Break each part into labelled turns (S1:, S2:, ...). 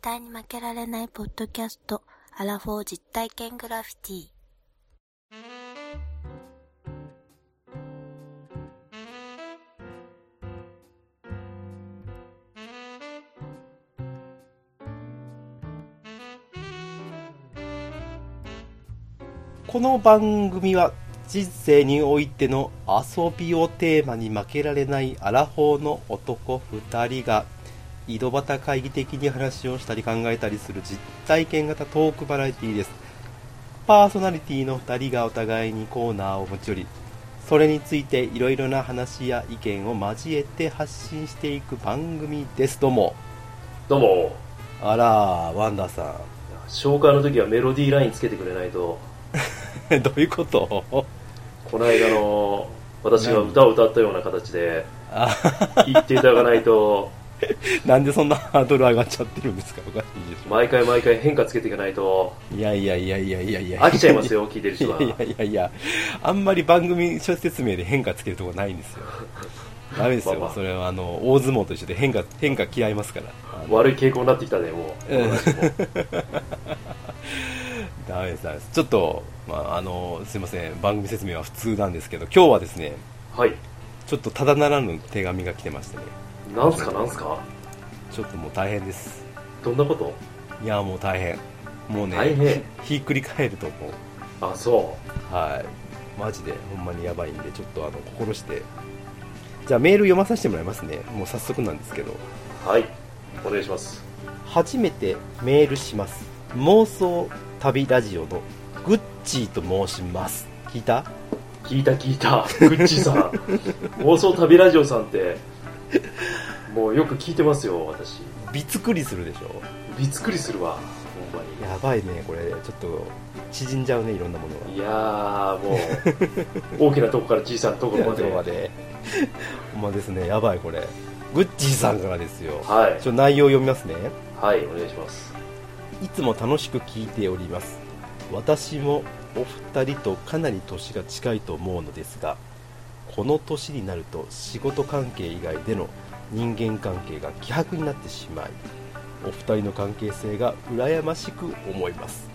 S1: 対に負けられないポッドキャスト、アラフォー実体験グラフィティ。
S2: この番組は人生においての遊びをテーマに負けられないアラフォーの男2人が井戸端会議的に話をしたり考えたりする実体験型トークバラエティですパーソナリティの2人がお互いにコーナーを持ち寄りそれについていろいろな話や意見を交えて発信していく番組ですどうも
S3: どうも
S2: あらワンダーさ
S3: 紹介の時はメロディーラインつけてくれないと
S2: ん どういうこと
S3: この間の私が歌を歌ったような形で
S2: あ
S3: 言っていただかない と
S2: なんでそんなハードル上がっちゃってるんですかおかしいでし
S3: 毎回毎回変化つけていかないと
S2: ょいやいやいやいやいやいや
S3: 飽きちゃいますよ聞いて る
S2: い
S3: 人
S2: や
S3: はい
S2: やいやいやあんまり番組説明で変化つけるとこないんですよダメですよ、
S3: まあまあ
S2: それはあの大相撲と一緒で変化変化嫌いますからあ の
S3: 悪い傾向になってきたねもう、
S2: うん
S3: 私も
S2: ダメですダメですちょっと、まあ、あのすいません番組説明は普通なんですけど今日はですね
S3: はい
S2: ちょっとただならぬ手紙が来てましてね
S3: なんすかなんすか
S2: ちょっともう大変です
S3: どんなこと
S2: いやもう大変もうね
S3: 大変
S2: ひひっくり返ると思う
S3: あそ
S2: はい、マジでほんまにやばいんで、ちょっとあの心して、じゃあメール読まさせてもらいますね、もう早速なんですけど、
S3: うはいお願いします
S2: 初めてメールします、妄想旅ラジオのグッチーと申します、聞いた
S3: 聞いた聞いたグッチー さん妄想旅ラジオさんってもうよく聞いてますよ私
S2: びっくりするでしょ、
S3: びっくりするわほんまに
S2: やばいね、これ、ちょっと縮んじゃうね、いろんなものが。
S3: いやーも う大きなとこから小さなところまで
S2: 今まで、 ほんまですね、やばい、これ、グッチーさんからですよ、
S3: はい
S2: ちょ内容読みますね。
S3: はいお願いします
S2: いつも楽しく聞いております私もお二人とかなり年が近いと思うのですがこの年になると仕事関係以外での人間関係が希薄になってしまいお二人の関係性が羨ましく思います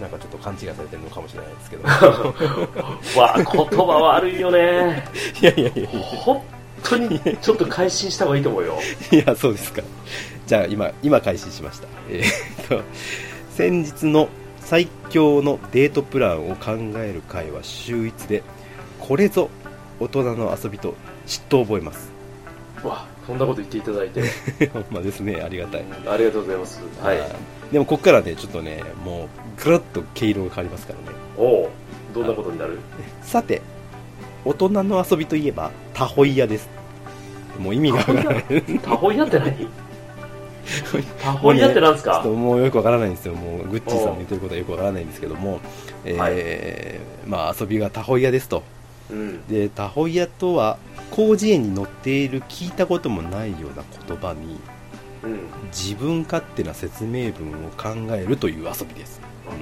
S2: なんかちょっと勘違いされてるのかもしれないですけど い
S3: わあ言葉悪いよね
S2: やいやいやい
S3: 本当にちょっと改心した方がいいと思うよ
S2: や いやそうですかじゃあ今今開始しましたえーっと先日の最強のデートプランを考える会は秀逸でこれぞ大人の遊びと嫉妬を覚えます
S3: わあそんなこと言っていただいて
S2: ほんまですねありがたい
S3: ありがとうございますはい
S2: でもここからねちょっとねもうぐらっと毛色が変わりますからね
S3: おおどんなことになる
S2: さて大人の遊びといえばタホイヤですもう意味がわからないち
S3: タホイヤって 何タホイヤってなんです
S2: ょっ
S3: か
S2: ともうよくわからないんですよもうグッチーさんの言ってることはよくわからないんですけども、えーまあ遊びがタホイヤですと
S3: うん
S2: でタホイヤとは広辞苑に載っている聞いたこともないような言葉に
S3: うん
S2: 自分勝手な説明文を考えるという遊びです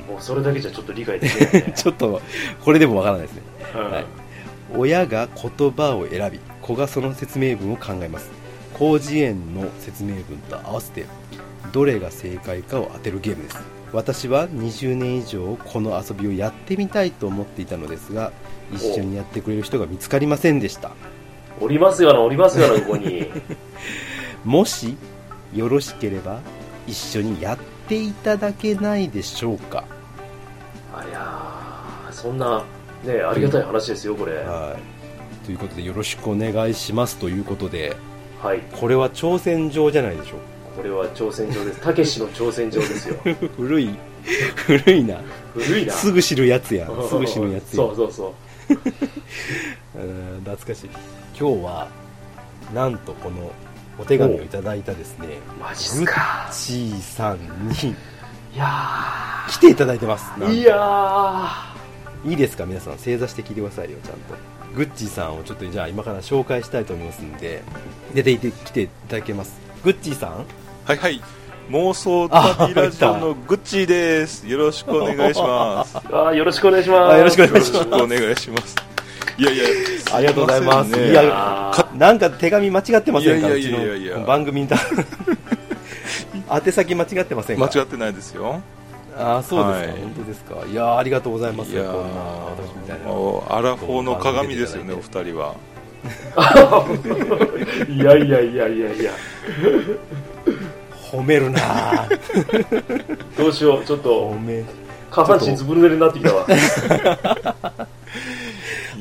S3: もうそれだけじゃちょっと理解できないね
S2: ちょっとこれでもわからないですね
S3: う ん
S2: はい親が言葉を選び子がその説明文を考えます広辞苑の説明文と合わせてどれが正解かを当てるゲームです私は20年以上この遊びをやってみたいと思っていたのですが一緒にやってくれる人が見つかりませんでした
S3: おりますがなおりますがなここに
S2: もしよろしければ一緒にやっていただけないでしょうか、
S3: ありゃーそんなねありがたい話ですよこれ
S2: はい、ということでよろしくお願いしますということで
S3: はい
S2: これは挑戦状じゃないでしょう
S3: これは挑戦状です。たけしの挑戦状で すよ。
S2: か古い古いな
S3: 古いな。
S2: すぐ知るやつやんすぐ知るやつやん
S3: そうそうそう。
S2: うん懐かしい今日はなんとこのお手紙をいただいたですね
S3: マジっすか。
S2: ちーさんに
S3: いや
S2: 来ていただいてますなん
S3: ー。
S2: と
S3: いやー。
S2: いいですか皆さん正座して聞いてくださいよちゃんとグッチーさんをちょっとじゃあ今から紹介したいと思いますんで出ていてきていただけますグッチーさん
S4: はいはい妄想旅ラジオのグッチーですよろしくお願いしま すよ
S3: あーよろしくお願いします。
S2: あよろしくお願
S4: ろしくお願いしますいやいや
S2: ありがとうございます
S4: すいませんね
S2: い
S4: い
S2: や
S3: あー
S2: なんか手紙間違ってませんか
S4: いうや
S2: ち
S4: いやいやいやいや
S2: の番組にた
S4: い
S2: 宛先間違ってませんか
S4: 間違ってないですよ
S2: ああそうですか、
S4: はい
S2: 本当ですかいやーありがとうございます
S4: いや
S2: こんな私みたいな
S4: ーアラフォーの鏡ですよねお二人は
S3: いやいやいやいやいや
S2: 褒めるなー
S3: どうしようちょっと
S2: 褒め
S3: 下半身ずぶ濡れになってきたわ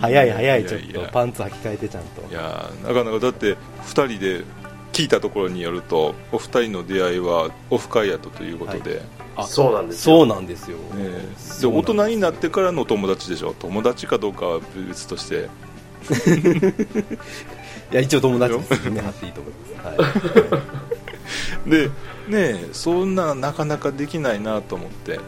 S2: 早い早いちょっ
S4: いやい
S2: と
S4: や
S2: パンツ履き替えてちゃんと
S4: いやーなかなかだって2人で聞いたところによるとお二人の出会いはオフ会やったということで,、
S2: あ
S3: そうなんですよ
S2: そうなんですよ、
S4: ねで
S2: そうなん
S4: 大
S2: です
S4: 人になってからの友達でしょ友達かどうかは別として
S2: いや一応友達です胸張っていいと思います、はい、
S4: でねえそんななかなかできないなと思って、
S3: いや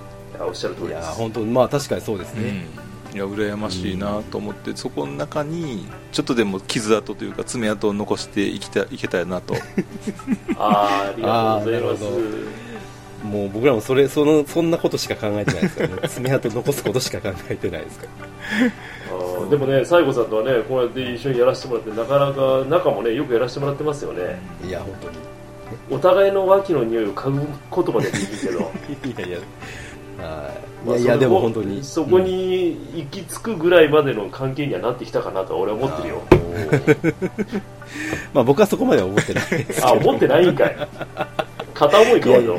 S3: おっしゃる 通り
S2: いや
S3: です
S2: 本当まあ確かにそうですね、
S4: いや羨ましいなと思って、そこの中にちょっとでも傷跡というか爪痕を残していきたいけたいな と
S3: あーありがとうござ
S2: あー
S3: い
S2: なる
S3: ます
S2: もう僕らもそれそのそんなことしか考えてないですからね爪痕残すことしか考えてないですから
S3: あーでもね、西郷さんとはね、こうやって一緒にやらせてもらって、なかなか仲もね、よくやらせてもらってますよね。
S2: いや本当に
S3: お互いの脇の匂いを嗅ぐことまでできるけ
S2: い
S3: ど。
S2: やいや、はい、い
S3: まあ
S2: やい
S3: そ
S2: や、
S3: こ
S2: でも本当に、
S3: そこに行き着くぐらいまでの関係にはなってきたかなとは俺は思ってるよ。
S2: うん、まあ、僕はそこまでは思ってないですけど
S3: あ、思ってないんかい。片思いかわいの。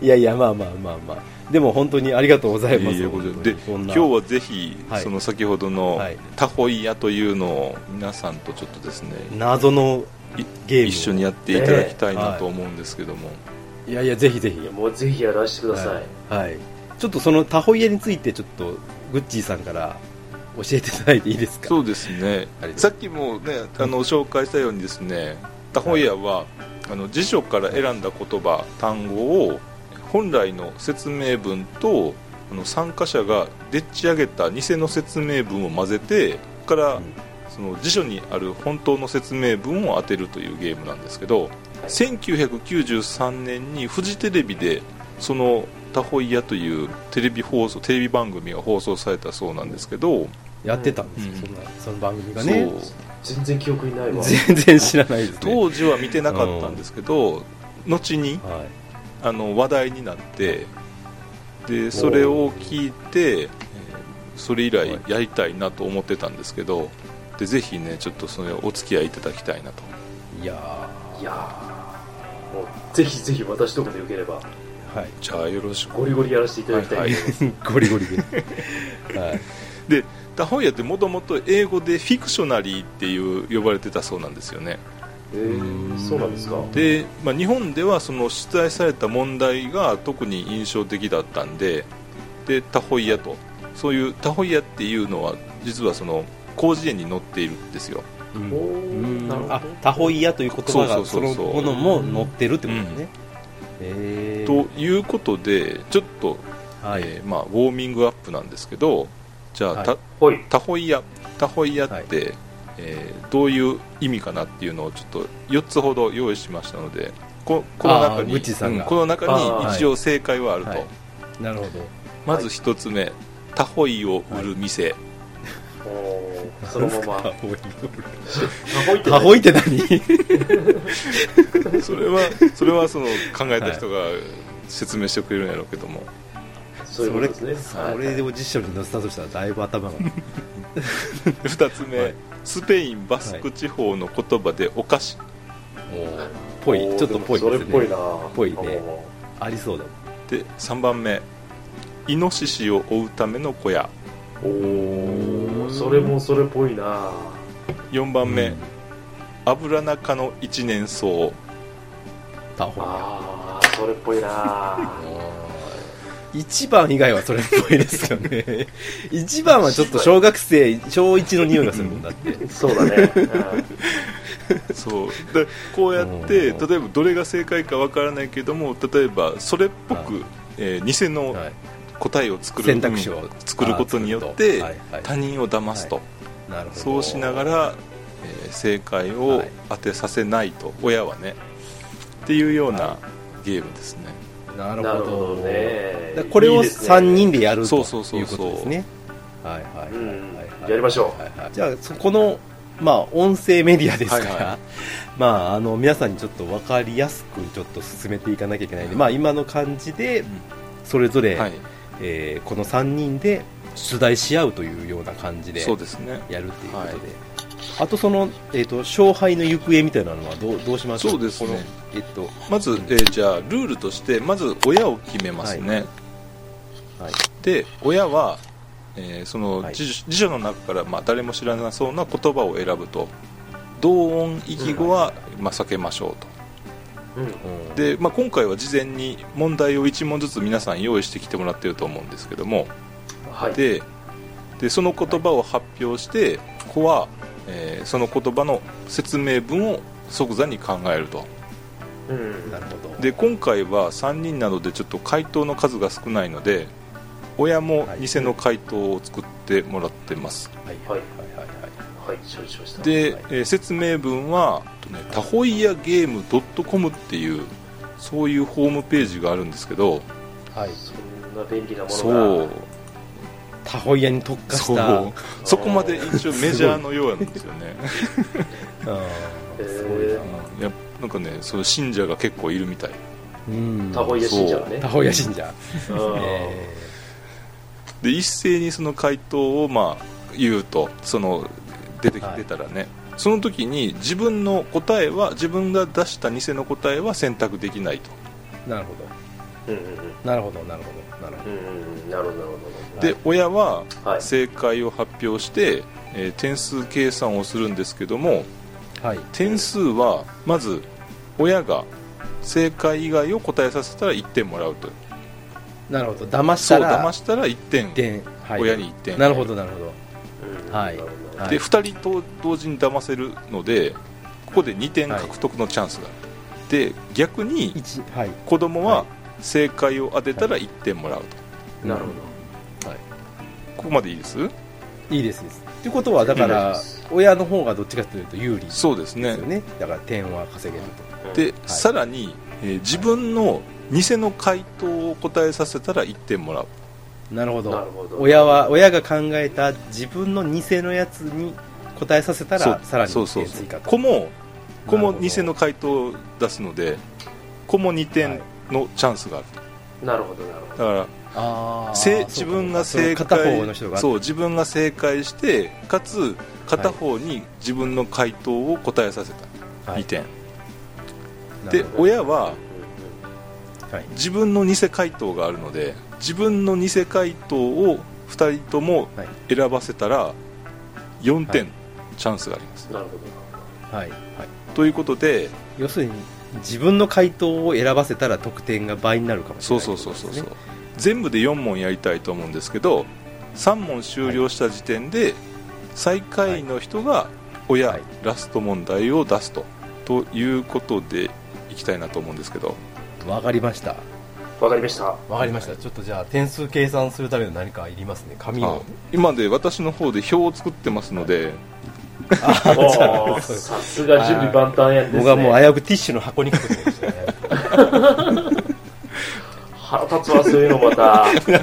S2: いやいや、まあまあまあまあ、でも本当にありがとうございます。
S4: いやいやこれ
S2: 本当に
S4: で
S2: そん
S4: 今
S2: な
S4: 日はぜひ、
S2: はい
S4: その先ほどの
S2: はい
S4: タホイヤというのを皆さんとちょっとですね
S2: 謎の
S4: い
S2: ゲームを
S4: 一緒にやっていただきたいなと思うんですけども、
S2: いやいや、ぜひぜひ
S3: いや、もうぜひやらせてください。
S2: はい、はいちょっとそのタホイヤについて、ちょっとグッチーさんから教えていただいていいですか。
S4: そうですね
S2: ありがとうございます
S4: さっきもねあの紹介したようにですね他本屋は、あの辞書から選んだ言葉単語を本来の説明文とあの参加者がでっち上げた偽の説明文を混ぜてそこから、
S2: うん
S4: その辞書にある本当の説明文を当てるというゲームなんですけど1993年にフジテレビでそのタホイヤというテレビ放送テレビ番組が放送されたそうなんですけど、
S2: やってたんですよ、
S4: うん
S2: そんな、その番組がね。
S4: そう
S3: 全然記憶にないわ。
S2: 全然知らないですね。
S4: 当時は見てなかったんですけど、後に
S2: は
S4: あの話題になってでそれを聞いてえーそれ以来やりたいなと思ってたんですけどでぜひねちょっとそれお付き合いいただきたいなと
S2: い、いや
S3: いやーもうぜひぜひ私とこでよければ、
S2: ーはい、
S4: じゃあよろしく
S3: ゴリゴリやらせていただきたいと思います。
S2: ゴリゴリで。はい、
S4: でダホイヤってもともと英語でフィクショナリーっていう呼ばれてたそうなんですよね
S3: えー、そうなんですか。
S4: で、まあ、日本ではその出題された問題が特に印象的だったんででタホイヤとそういうタホイヤっていうのは実はその広辞苑に載っているんですよ、
S2: うん
S3: おーなるほど
S2: あタホイヤという言葉
S4: そ
S2: が
S4: うそ
S2: そう
S4: そうそ
S2: の
S4: う
S2: ものも載ってるってことです
S4: うん
S2: ね、えー
S4: ということでちょっと、
S2: はい、
S4: えーまあ、ウォーミングアップなんですけどじゃあ、
S2: はい
S4: た
S3: ほい。
S4: タホイヤタホイヤって、
S2: はい
S4: えーどういう意味かなっていうのをちょっと4つほど用意しましたのでここの中
S2: あー
S4: に、
S2: グッチさんが
S4: この中
S3: あ
S4: に
S2: ー
S4: 一応正解はあると、
S2: はいなるほ
S4: まず1つ目、タホイを売る店、
S3: おー
S2: ど
S3: そのま
S2: タ
S3: ま。タ
S2: ホイ
S3: ホイって
S2: タ
S3: 何
S2: ホイって 何
S4: そ れはそれはその考えた人が説明してくれるんやろう けども、
S3: そういうことですね。
S2: それを辞書に載せたとしたらだいぶ頭が
S4: 2つ目、
S2: はい
S4: スペインバスク地方の言葉でお菓子、
S2: ぽいちょっとぽい
S3: そ
S2: で
S3: れ
S2: す
S3: っ
S2: ね
S3: ぽいな
S2: ぽいねありそうだもん
S4: で3番目イノシシを追うための小屋
S3: おおそれもそれっぽいな
S4: 4番目、
S2: うん
S4: 油中の一年草
S2: タホイヤ
S3: あーそれっぽいな
S2: 1番以外はそれっぽいですよね1 番はちょっと小学生小1の匂いがするもんだって
S3: そう だね、
S4: そうでこうやって
S2: うん
S4: 例えばどれが正解かわからないけども例えばそれっぽく、
S2: は
S4: えー偽の
S2: はい
S4: 答えを作る、
S2: 選択肢を
S4: うん作ることによって、
S2: あー作るとはいはい
S4: 他人を騙すと、
S2: はなるほど
S4: そうしながら、えー正解を当てさせないと、親はねっていうようなゲームですね、
S2: な
S3: う
S2: る
S3: ん、
S2: ほ
S3: なる
S2: ど
S3: ほどね
S2: だからこれを3人
S3: で
S2: でやると
S4: そ
S2: いう
S4: そうそう
S2: う
S4: そ
S2: こ
S4: う
S2: とですね。はいはいはいはいはい、
S3: うんやりましょう
S2: はいはいじゃあそこのまあ、音声メディアですから、
S4: はいは
S2: まあ、あの皆さんにちょっと分かりやすくちょっと進めていかなきゃいけないんで、まあ、今の感じで
S4: ん
S2: それぞれ、
S4: はい、
S2: えーこの3人で出題し合うというような感じで
S4: そうですね
S2: やるっていうことで、
S4: はい
S2: あとその、えー、と勝敗の行方みたいなのはどうどうしましょう
S4: そうですね
S2: このえっと
S4: まず、えーじゃあルールとしてまず親を決めますね、
S2: はい
S4: で親は、えーその
S2: はい
S4: 辞書,、辞書の中から、まあ、誰も知らなそうな言葉を選ぶと同音異義語は、まあ、避けましょうと
S3: うん
S2: うん
S4: で、まあ、今回は事前に問題を1問ずつ皆さん用意してきてもらってると思うんですけども
S3: はい
S4: ででその言葉を発表して、ここは、えーその言葉の説明文を即座に考えると
S3: うん
S2: なるほど
S4: で今回は3人なのでちょっと回答の数が少ないので親も
S2: はい
S4: 偽の回答を作ってもらってます、
S2: はいは
S3: はいい
S2: はいはい
S3: はい承知しました
S4: で、
S2: はい
S4: えー説明文はとねタホイヤゲーム .com っていうそういうホームページがあるんですけど
S2: はい、
S3: そんな便利なものが
S4: そう
S2: タホイヤに特化し
S4: そ
S2: た、
S4: うそこまで一応メジャーのようなんですよね
S2: うん
S3: へー
S2: すごいな、
S4: いやなんかねその信者が結構いるみたい
S2: うん、
S3: タホイヤ信者はね
S2: タホイヤ信者、
S3: うん
S2: え
S4: で一斉にその回答をまあ言うとその出てき
S2: はい
S4: てたらね、その時に自分の答えは自分が出した偽の答えは選択できないと
S2: ーなるほ
S3: うんうん
S2: どなるほどなるほどなるほ
S3: うんうんうんなるほどなるほ
S2: ど
S4: で親は
S3: どはい
S4: 正解を発表して、えー点数計算をするんですけども
S2: はい、はい
S4: 点数はまず親が正解以外を答えさせたら1点もらうと
S2: なるほど騙し
S4: そ
S2: た
S4: う
S2: ら
S4: 騙したら1点
S2: 点、はい、
S4: 親に1点
S2: なるほどなるほど
S3: うん
S2: はい
S3: なるほど
S2: はい
S4: で2人と同時に騙せるのでここで2点獲得のチャンスがある、で逆に
S2: 一はい
S4: 子供
S2: は
S4: はい正解を当てたら1点もらうと、
S3: なるほど
S4: ここまでいいです
S2: いいですいいですってことはだから親の方がどっちかというと有利です
S4: そうですね
S2: よねだから点は稼げる
S4: で、
S3: うん
S4: さらに、えー自分の偽の回答を答えさせたら1点もらう
S2: となるほど
S3: なるほど
S2: 親は親が考えた自分の偽のやつに答えさせた
S4: そう
S2: らさらに
S4: そ
S2: 点
S4: うそう
S2: 追加と
S4: 子も子
S2: な
S4: も
S2: るほ
S4: 偽
S2: ど
S4: の回答を出すので子も2点のチャンスがある、
S3: なるほどなるほど
S4: だから
S2: あー
S4: せ
S2: そうか
S4: 自分が
S2: そう
S4: 正
S2: か
S4: 解
S2: 片方の人が
S4: そう自分が正解してかつ片方に自分の回答を答えさせた、
S2: はい
S4: 2点
S2: なる
S4: で
S2: ほど
S4: 親は
S3: うん
S2: はい
S4: 自分の偽回答があるので自分の偽回答を2人とも
S2: はい
S4: 選ばせたら4点、
S2: は
S4: チャンスがあります
S3: うんなるほど
S2: はいはい
S4: ということで
S2: 要するに自分の回答を選ばせたら得点が倍になるかもしれ
S4: そう
S2: ない
S4: そうそうそう
S2: と
S4: そ
S2: いうこ
S4: 全部で4問やりたいと思うんですけど3問終了した時点で最下位の人が親、
S2: はい
S4: ラスト問題を出すとということでいきたいなと思うんですけど
S2: とですねわかりました
S3: わかりました
S2: わかりましたちょっとじゃあ点数計算するための何かいりますね紙
S4: あ
S2: を
S4: 今で私の方で表を作ってますので、
S2: あ
S3: お
S2: じゃ
S3: ー
S2: あそう
S3: さすが準備万端やんですね
S2: 僕はもう危うくティッシュの箱に書くと思いま したね
S3: 腹立つわそういうのまた
S2: いや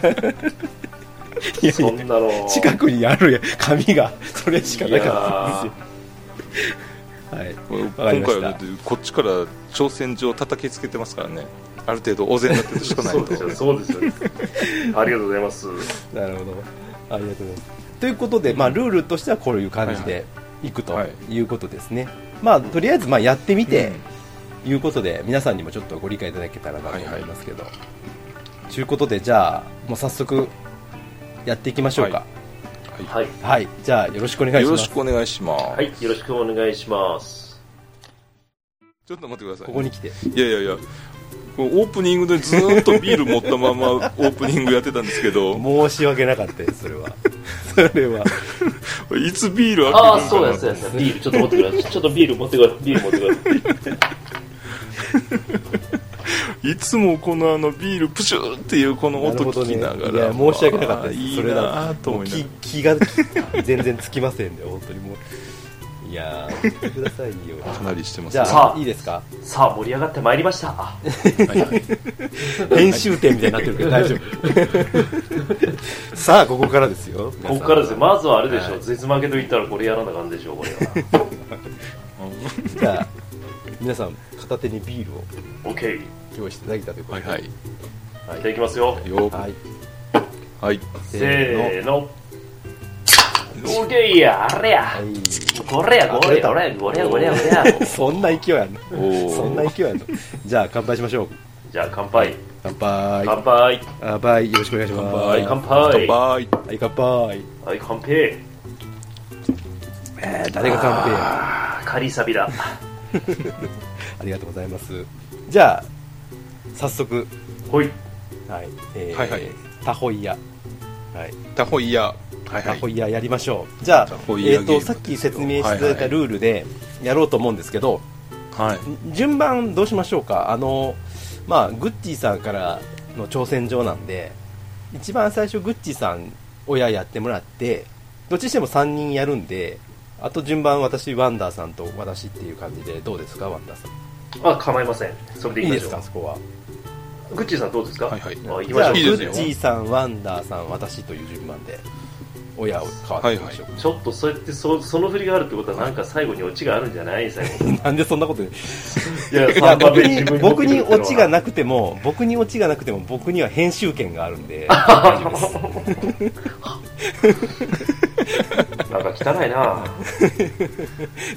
S2: い
S3: そ
S2: や
S3: んなの
S2: 近くにある紙がそれしかなかったんですよはい
S4: 今
S2: わかり
S4: 回
S2: ました
S4: はだってこっちから挑戦状叩きつけてますからねある程度お膳立てとしかない
S3: そうです
S4: と
S3: よそうですよありがとうございます
S2: なるほどありがとうございますということで、まあ、ルールとしてはこういう感じ
S4: は
S2: でいくと
S4: はい
S2: いうことですね、まあ、とりあえずまあやってみて、
S4: うん
S2: ということで皆さんにもちょっとご理解いただけたらなと思いますけど、ということでじゃあもう早速やっていきましょうか
S4: は
S3: はい
S2: はい、じゃあよろしくお願い
S4: い、
S2: し
S4: よ
S2: ま
S4: ろ
S2: す
S4: しくお願いします、
S3: はいよろしくお願いします
S4: ちょっと待ってください
S2: ここに来て
S4: いやいやいやこうオープニングでずーっとビール持ったま まオープニングやってたんですけど
S2: 申し訳なかったですそれは それはい
S4: つビール
S3: ああ
S4: 開け
S3: そ
S4: る
S3: う
S4: の
S3: で
S4: か
S3: すねビールちょっと持ってくださいちょっとビール持ってくださいビール持ってください
S4: ないつもこのあのビールプシューっていうこの音聞きなが
S2: い
S4: ら
S2: や申し訳なかったです
S4: まあいい
S2: それだ
S4: なーと思いなが
S2: 気気が全然つきませんね本当にもういやー、言ってくださいよ。
S4: かなりしてます
S2: じゃ
S4: ね
S2: あ
S3: さ、あ
S2: いいですか
S3: さあ盛り上がってまいりましたあ
S4: はいはい
S2: 編集点みたいになってるけど 大丈夫さあここからですよ
S3: ここからですよ
S2: 皆
S3: まずはあれでしょ
S2: は
S3: う
S2: い
S3: 絶負けと言ったらこれやらなあかんでしょうこれ
S2: さ
S3: は
S2: んじゃあ皆さん片手にビールを
S3: OK い
S2: 用意していただいたというこ
S4: は
S2: と
S4: い
S2: で
S4: は
S2: はい
S3: ただきますよ
S4: よー
S2: はい
S4: はい
S3: せーの OK やあれや
S2: は
S3: これや
S2: あ
S3: これや
S2: こ
S3: こ
S2: れ
S3: れ
S2: や
S3: やこれやこれやこれや
S2: い そんな勢いやんの
S4: お ー
S2: そんな勢いやんのじゃあ乾杯しましょう
S3: じゃあ乾杯
S2: 乾杯
S3: 乾杯
S2: 乾杯よろしくお願いします
S4: 乾杯
S3: 乾杯
S4: 乾杯
S2: はい乾杯
S3: はい乾杯
S2: えー誰が乾杯や
S3: あーカリサビだ
S2: ありがとうございますじゃあ早速
S3: ほい
S2: はいえー
S4: はいはい
S2: タホイヤはい
S4: タホイヤはい
S2: タ
S4: は
S2: ホ
S4: い
S2: イヤやりましょうじゃあ
S4: タ、ホイヤ
S2: えー、
S4: ゲー
S2: と
S4: ムです
S2: さ
S4: よ
S2: っき説明していただいたルールでやろうと思うんですけど、
S4: はい
S2: 順番どうしましょうかあの、まあ、グッチーさんからの挑戦状なんで一番最初グッチーさん親やってもらってどっちにしても3人やるんであと順番私ワンダーさんと私っていう感じでどうですかワンダーさん
S3: あ構いませんそれでい
S2: いい
S3: きま
S2: です
S3: しょ
S2: かそこは
S3: うグッチーさんどうですか
S4: はいはい
S3: あ行き
S2: じ
S3: ま
S2: ゃあ
S3: しょ
S2: グ
S3: う
S4: いいですよ
S2: ッチーさんワンダーさん私という順番で親を変わっていきましょうか、
S3: ちょっとそうやってそその振りがあるってことはなんか最後にオチがあるんじゃない最 後
S2: なんでそんなこと言う
S3: いや
S2: いや
S3: 三番
S2: 僕
S3: 目
S2: に
S3: 自分持って
S2: 僕
S3: くる
S2: に
S3: ってのは
S2: オチがなくても僕にオチがなくても僕には編集権があるん で大丈夫です
S3: なんか汚いな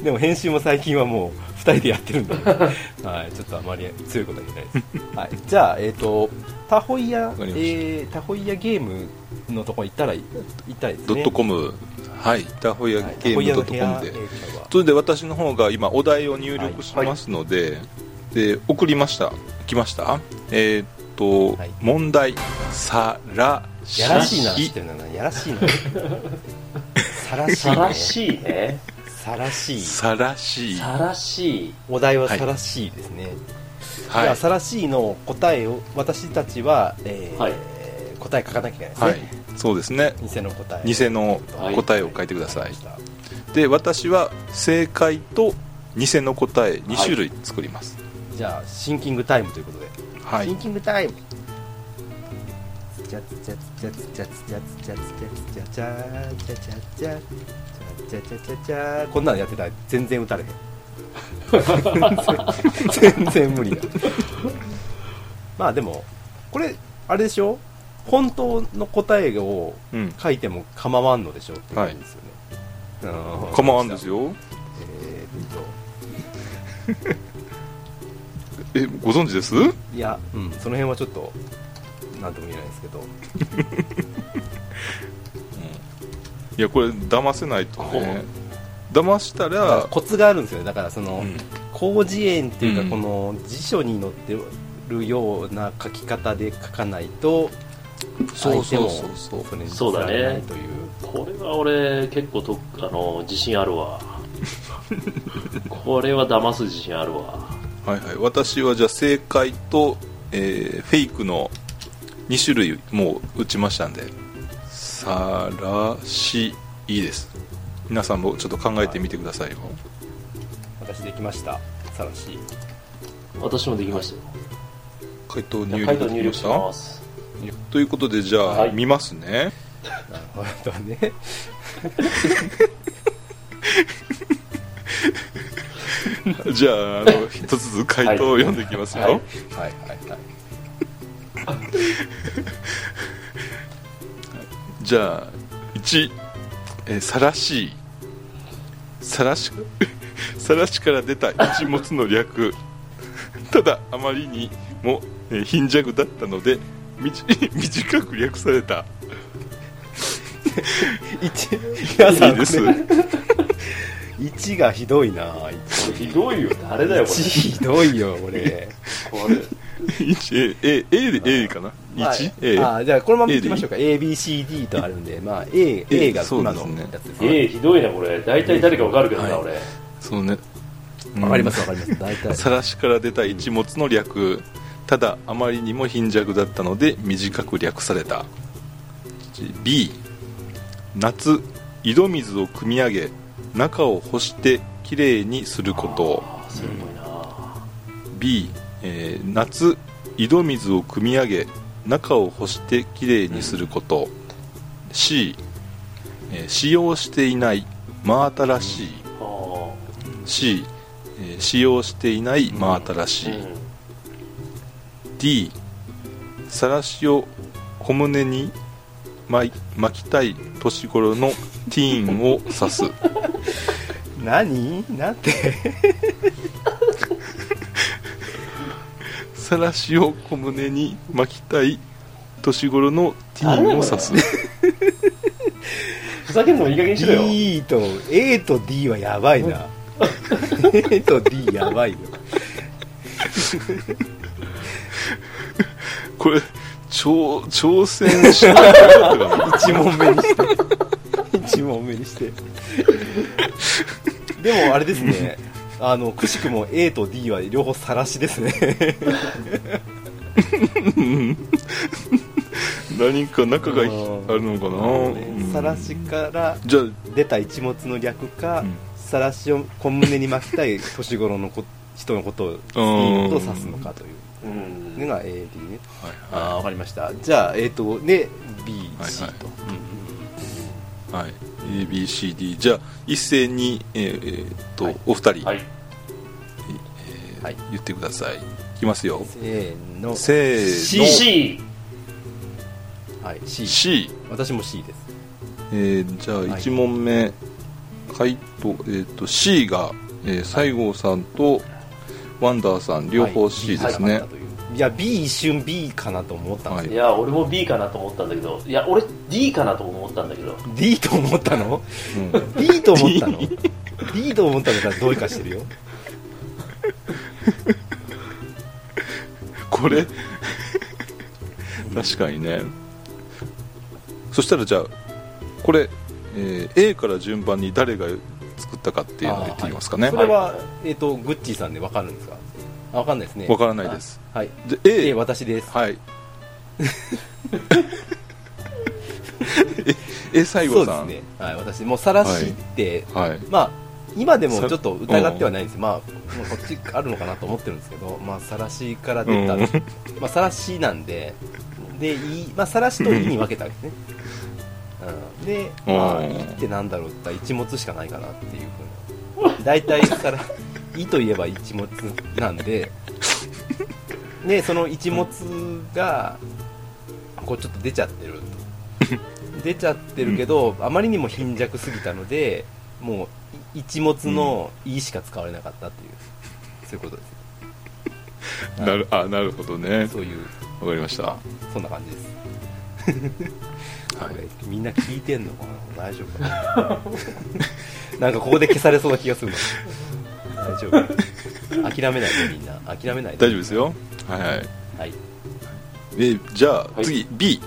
S2: でも編集も最近はもう2人でやって るんで、はい、ちょっとあまり強いことは言えないです、はい、じゃあ、えっとタホイヤ
S4: か、りまし
S2: え
S4: た
S2: ータホイヤゲームのとこ行ったら行ったいですね
S4: ドットコムはいタホイヤ
S2: はい
S4: ゲームドッ
S2: タホ
S4: ト
S2: イヤ
S4: コ
S2: の
S4: ム
S2: 部
S4: で
S2: 屋えー今日は
S4: それで私の方が今お題を入力しますので,、で送りました来ましたえーっと、
S2: はい
S4: 問題さらし
S2: やらしいなしてるなやら しいなさらしい
S3: さら
S2: ね
S3: しいね
S2: さらしい
S4: さらしい
S3: さらしい
S2: お題はさらしいですね、
S4: は
S2: じゃ
S4: い
S2: あさらしいの答えを私たちは、えー
S3: はい
S2: 答え書かなきゃいけない
S4: は
S2: で
S4: い
S2: すね、
S4: そうですね
S2: 偽の答え
S4: 偽の答えを書いてください、で私は正解と偽の答え2種類作ります
S2: じゃあシンキングタイムということで
S4: はい、
S2: シンキングタイムじゃじゃじゃじゃじゃじゃじゃじゃじゃじゃじゃじゃじゃじゃじゃじゃじゃこんなのやってたら全然打たれへん全然全然無理だまあでもこれあれでしょ本当の答えを
S4: うん
S2: 書いても構わんのでしょうって感じですよね、うん
S4: 構わんですよ
S2: えーっ
S4: えご存知です
S2: といや、うん、その辺はちょっとなんとも言えないですけど
S4: いやこれ騙せないとね騙した
S2: だから
S4: ら、
S2: コツがあるんですよねだからその、
S4: うん
S2: 広辞苑っていうか、
S4: うん
S2: この辞書に載ってるような書き方で書かないと
S4: そう
S2: 相手
S4: そ
S2: も
S4: うそうそう
S2: れに
S3: そうだね
S2: 伝わらないという
S3: これは俺結構とあの自信あるわこれは騙す自信あるわ
S4: はいはい、私はじゃあ正解と、えーフェイクの2種類もう打ちましたんでさらしいいです皆さんもちょっと考えてみてくださいよ、
S2: 私できましたさらし
S3: 私もできましたよ
S4: 回答
S3: じゃ
S4: 入
S3: あ回
S4: 力
S3: 答
S4: でき
S3: 入
S4: ま
S3: 力
S4: し
S3: したます
S4: ということでじゃあ、
S3: はい
S4: 見ますね
S2: なるほどね
S4: じゃああの一つずつ回答を読んでいきますよ、
S3: はいはい
S2: はいはいはい
S4: じゃあ1えーさらしいさらし さらしから出た一物の略ただあまりにもえー貧弱だったのでみち 短く略された
S2: 一皆さん
S4: いいです
S2: これ一がひどいな
S3: これひどいよ誰だよこ
S2: 一ひどいよこれ
S3: れこれ
S4: 一 A, A, A で A かな 1A、
S2: あじゃあこのままいきましょうか ABCD とあるんでまあ A, A が今のやつですね
S3: ええひどいなこれ大体誰かわかるけどな、
S4: はい
S3: 俺
S4: そのねうん
S2: わかりますわかります大体
S4: さらしから出た一物の略ただあまりにも貧弱だったので短く略された B 夏井戸水を汲み上げ中を干してきれいにすること
S3: ああそれもいいな
S4: B、えー夏井戸水を汲み上げ中を干してきれいにすること、C、えー使用していない真新しい
S3: ああ
S4: C、えー使用していない真新しい、D さらしを小胸に巻い巻きたい年頃のティーンを指す
S2: 何なんて
S4: さらしを小胸に巻きたい年頃のティーンを指す
S3: ふざけんのもいい加減にしろよ
S2: D と A と D はやばいな A と D やばいよ
S4: これ挑挑戦しなかったかな
S2: 一問目にして一問目にしてでもあれですねあのくしくも A と D は両方晒しですね
S4: 何か仲がいあるのかな
S2: 晒しから
S4: じゃあ
S2: 出た一物の略か
S4: うん
S2: 晒しを小胸に巻きたい年頃のこ人のことをスピードと指すのかという
S3: う
S2: の
S3: ん
S2: が A、D ね
S4: はい
S2: ああ分かりましたじゃあえっ、とで B、
S4: はい
S2: C と、
S4: はい、はい、ABCD じゃあ一斉に、えーえーっと
S2: はい
S4: お二人、
S3: はい
S4: えー
S2: はい
S4: 言ってくださいいきますよ
S2: せーの
S4: せーの
S2: C
S3: CC
S2: はい、C
S4: C、
S2: 私も C です
S4: えーじゃあ
S2: はい
S4: 1問目、回答、えーっと C が、えー、西郷さんとワンダーさん両方 C ですね、
S2: いや B 一瞬 B かなと思ったんです
S3: いや俺も B かなと思ったんだけどいや俺 D かなとも思ったんだけど
S2: D と思ったの
S4: うん、
S2: D と思った の D と思ったのからどうにかしてるよ
S4: これ 確かにねそしたらじゃあこれ、えー A から順番に誰が作ったかっていうのを言ってみますかね
S2: そ
S4: わ、
S2: れは、
S3: はい
S2: えっ、とグッチーさんでわかるんですかあわかんないですね
S4: からないです
S2: はい
S4: じゃ
S2: A
S4: A は
S2: 私です
S4: はい A 西
S2: そ
S4: 郷
S2: うで
S4: さ
S2: す
S4: ん、
S2: ねはい私もうさらしって、
S4: はい
S2: まあ今でもちょっと疑ってはないんですまあもうこっちあるのかなと思ってるんですけどまあさらしから出た、
S4: うん
S2: まあさらしなんででいいまあさらしといに分けたんですね、うん、で、まあ、
S4: うん
S2: いってなんだろうって言ったら一物しかないかなっていうふうな大体さら「い」といえば一物なんででその一物がこうちょっと出ちゃってる と出ちゃってるけど、あまりにも貧弱すぎたのでもうい一物の「い」しか使われなかったっていう、そういうことです
S4: なるあなるほどね
S2: そういう
S4: わかりました、は
S2: そんな感じです、こ
S4: い
S2: れみんな聞いてんのかな大丈夫かな なんかここで消されそうな気がするな大丈夫諦めないでみんな諦めないで
S4: 大丈夫ですよはい、はい
S2: はい
S4: えじゃあ
S3: い
S4: 次、B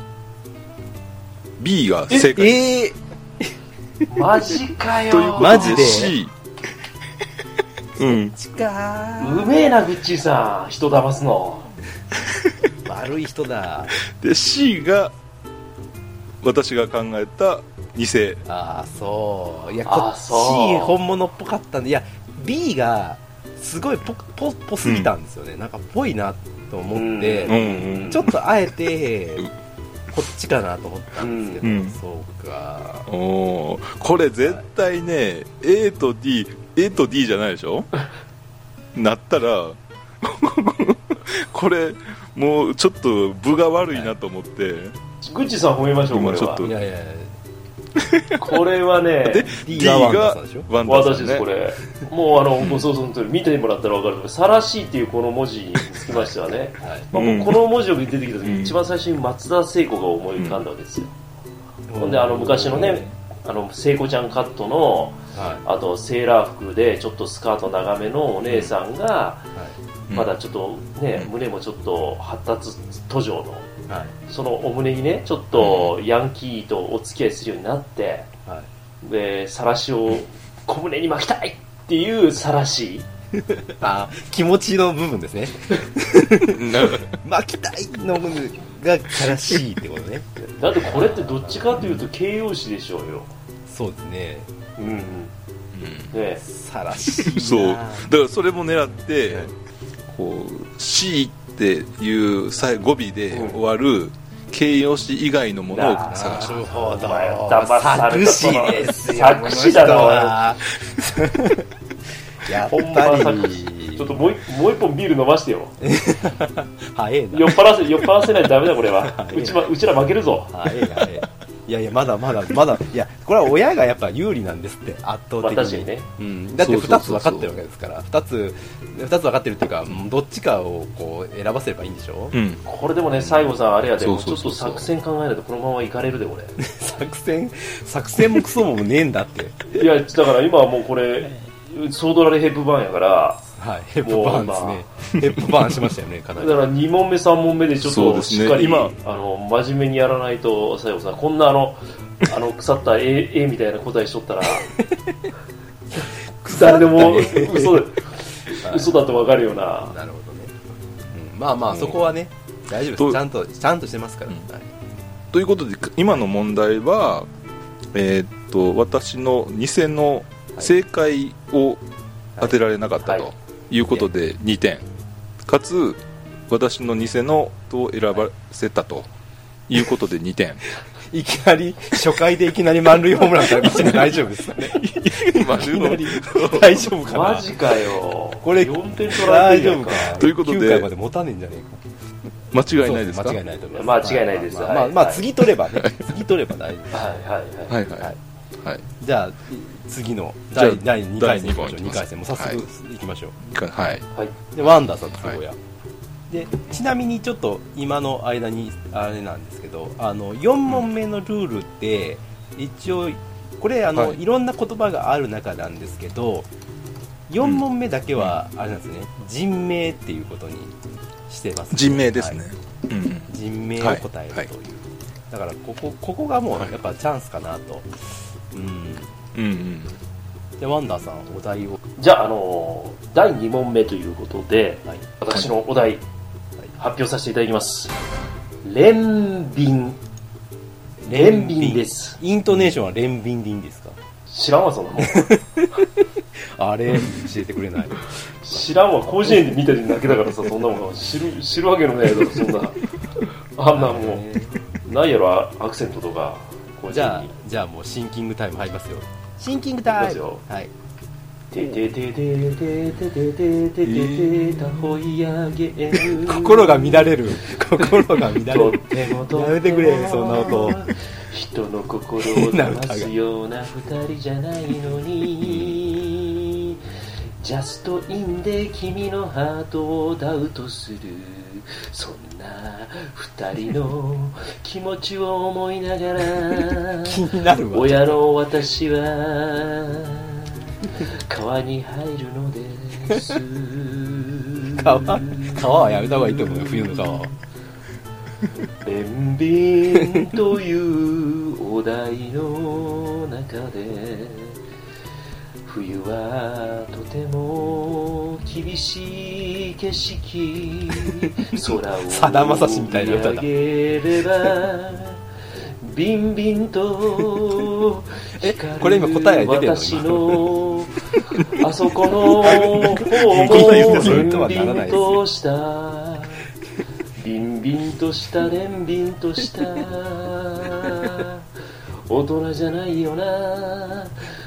S4: B が正解
S2: え
S3: マジかよ
S4: ということ
S2: マジで
S4: C うん
S2: ー、近
S3: うめえなグッチーさん人騙すの
S2: ー悪い人だ
S4: で C が私が考えた偽
S2: ああそういやこ
S3: あー
S2: っち
S3: そう
S2: 本物っぽかったんでいや B がすごいポポポすぎたんですよね、なんかぽいなと思って、
S4: うんうん
S2: ちょっとあえてこっちかなと思ったんですけど、
S4: うん
S2: そうか
S4: おーこれ絶対ね A と DA と D じゃないで しょなったらこれもうちょっと分が悪いなと思って、
S3: グッチーさん褒めましょうこ
S4: 今
S3: れ
S4: ちょっ
S3: は
S4: と
S2: いやいやいや
S3: これはね
S2: D
S4: D
S2: が
S4: が
S2: ワンダさんでしょ
S4: ワンダさん
S3: 私
S4: ね
S3: ですこれもうあのご想像の通り見てもらったら分かるけど「さらしい」っていうこの文字につきましてはね
S2: はい
S3: まあ、
S4: うん
S3: この文字が出てきた時、
S4: うん
S3: 一番最初に松田聖子が思い浮かんだわけですよ、ほ
S2: ほ
S3: んであの昔のねあの聖子ちゃんカットの
S2: は
S3: あとセーラー服でちょっとスカート長めのお姉さんが
S2: い、は
S4: うん
S3: まだちょっとね、
S4: うん
S3: 胸もちょっと発達途上の
S2: いはい
S3: そのお胸にねちょっとヤンキーとお付き合いするようになって
S2: はい
S3: で晒しを小胸に巻きたいっていう晒し
S2: あ気持ちの部分ですね
S4: なる
S2: 巻きたいの部分が悲しいってことね
S3: だってこれってどっちかというと形容詞でしょうよ
S2: そうですね
S3: うんね
S2: さらしいな
S4: そうだからそれも狙って、
S2: はい
S4: こう「C」っていう最語尾で
S3: うん
S4: 終わる形容詞以外のものを
S3: なあ
S4: 探して
S2: なるほど
S3: 騙され
S2: 作
S3: た
S2: 詞ですよ
S3: 作詞だな
S2: この人はやっ
S3: ほんま
S2: ぱ
S3: 作
S2: り
S3: ちょっともう一もう一本ビール飲ましてよ
S2: 早えな
S3: 酔っ払わせ酔っ払わせないとダメだこれは
S2: いいう
S3: ちまうちら負けるぞ
S2: 早え早えいやいやまだまだまだいやこれは親がやっぱ有利なんですって圧倒
S3: まあ
S2: 的
S3: 確か
S2: に
S3: にね
S2: うん、だって2つ分かってるわけ
S4: で
S2: ですから2つ二つ分かってるっていうかうんどっちかをこう選ばせればいいんでしょ、
S4: すうん
S3: これでもね西郷さんあれやで
S4: そ
S3: もう
S4: う
S3: ち
S4: そ
S3: ょっ
S4: うそ
S3: と
S4: うそう
S3: 作戦考えないとこのままいかれるで俺
S2: 作戦作戦もクソもねえんだって
S3: いやだから今はもうこれソードラレヘップバーンやから
S2: はいヘップバーンですねヘップバーンしましたよねかな
S3: だ
S2: り
S3: から2問目3問目でちょっ
S4: そう
S3: と
S4: です
S3: し
S4: ね
S3: っかり、
S4: 今
S3: あの真面目にやらないと西郷さんこんなあのあの腐った絵 絵みたいな答えしとったら誰でも嘘だ
S2: はい
S3: 嘘だと分かるような
S2: なるほどね、うん、まあまあそこはね大丈夫です
S4: どう
S2: ちゃんとちゃんとしてますから、
S4: うん
S2: はい
S4: ということで今の問題は、えーっと私の偽の正解を当てられなかった
S3: はい
S4: ということで2点かつ私の偽のを選ばせたということで2点
S2: いきなり初回でいきなり満塁ホームランから別に大丈夫ですかね
S4: まあ
S2: いき なり大丈夫かな
S3: マジかよ
S2: これ
S3: 4点取られ
S2: 大
S3: てる
S2: 丈
S3: やん
S2: 夫か
S4: ということで
S2: 9回まで持たねえんじゃねえか
S4: 間違いないですか
S2: 間違いないと思い
S3: まあ
S2: ます
S3: 間違いないです
S2: まあ
S3: はい
S2: まあまあ
S3: はい
S2: 次取ればね次取れば大丈夫です
S3: はいはいはい、
S4: はいはい
S2: はい
S4: はい
S2: じゃあ次の
S4: じゃあ
S2: 第第2回戦
S4: 第二問い
S2: 2
S4: きます
S2: 回戦もう早
S4: はい
S2: 速行きましょう、
S4: はい
S3: はい
S2: でワンダーさんの都合や、でちなみにちょっと今の間にあれなんですけどあの4問目のルールって一応これあの、
S4: はい
S2: い、ろんな言葉がある中なんですけど4問目だけはあれなんですね、人名っていうことにしてます、
S4: 人名ですね
S2: はい、
S4: うん
S2: 人名を答えるという、
S4: はい
S2: だからここここがもう
S4: はい
S2: やっぱチャンスかなと、うん
S4: うんうん
S2: でワンダーさんお題を
S3: じゃあ、あのー第2問目ということで
S2: はい
S3: 私のお題、発表させていただきます連便連便です
S2: イントネーションは連便でいいんですか
S3: 知らんわそんなもん
S2: あれ教えてくれ ない
S3: 知らんわ広辞苑で見ただけだからさそんなもん知る知るわけのないやろそんなあんなも
S2: ね
S3: うないやろアアクセントとか広辞
S2: じゃ
S3: 苑
S2: あ
S3: に
S2: じゃあもうシンキングタイム入りますよシンキング
S3: イム
S2: タ
S3: いきますよ
S2: はい
S3: ててててててててててたほいあげる
S2: 心が乱 れる心が乱れ
S3: とっ
S2: る
S3: てもとって
S2: や
S3: も
S2: めてくれそんな音
S3: 人の心を騙すような二人じゃないのにジャストインで君のハートをダウトするそんな二人の気持ちを思いなが ら
S2: 気になるわ
S3: 親の私は川に入るの です
S2: 川川はやめた方がいいと思うよ冬の川は
S3: 便便というお題の中で冬はとても厳しい景色空を
S2: さだまさしみたいな歌だ
S3: 見上げればビンビンと
S2: え
S3: 光る
S2: これ今答え出てるの
S3: 私のあそこの
S2: 答え出て
S3: 方
S2: ると
S3: も
S2: は
S3: ビ
S2: なら
S3: ン
S2: ないで
S3: ビン
S2: すよ
S3: としたビンビンとしたレンビンとした大人じゃないよな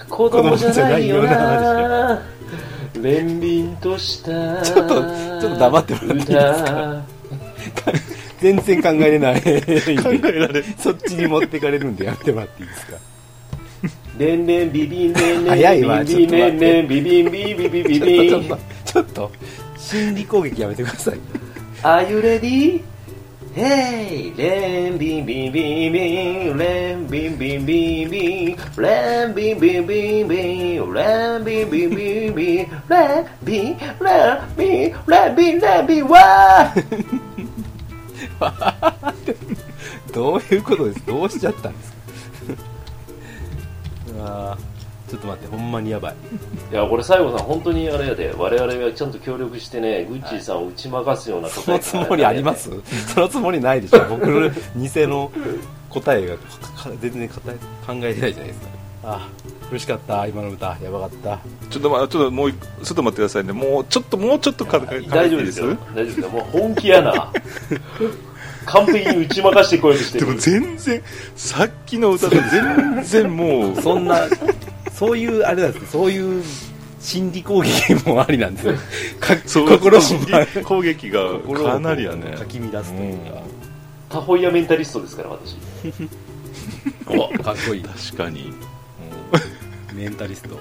S3: 子供じゃないよなレンビンとした
S2: ちょっとちょっと黙ってもらっていいですか
S3: 歌
S2: 全然 考えれない考えられそっちに持ってかれるんでやめてもらっていいですか
S3: レンレンビビンレン
S2: 早
S3: レ
S2: い
S3: ン
S2: わ
S3: ビビ
S2: ちょ
S3: ン
S2: っと
S3: レ
S2: 待
S3: ン
S2: って
S3: レンビビンビビビビビ
S2: ちょっとちょ
S3: ン
S2: っとちょっと心理攻撃やめてください
S3: Are you ready? Hey! レンビンビンビンビンレンビンビンビンビンレンビンビンビンビンレンビンビンビンビンレンビンレンビンレンビンレンビンわー
S2: どういうことですどうしちゃったんですか うわーちょっと待ってほんまにやばい
S3: いや、これ西郷さん本当にあれやで我々がちゃんと協力してねグッチーさんを打ち負かすような
S2: そのつもりありますそのつもりないでしょ僕の偽の答えがかか全然かた考えてないじゃないですかあ苦しかった今の歌やばかった
S4: ちょっと、まあ、ちょっともう一ちょっと待ってくださいねもうちょっともうちょっとかか
S3: 大丈夫ですよ大丈夫ですよもう本気やな完璧に打ち負かしてこようとして
S4: で
S3: る
S4: も全然さっきの歌と全然もう
S2: そんなそういうあれなんですねそういう心理攻撃もありなんですよか
S4: そう
S2: 心
S4: 心
S2: を乱
S4: 理攻撃が
S2: 心を
S4: かなりやね
S2: かき乱すというか、
S3: タホイヤメンタリストですから私
S2: かっこいい
S4: 確かに
S2: メンタリスト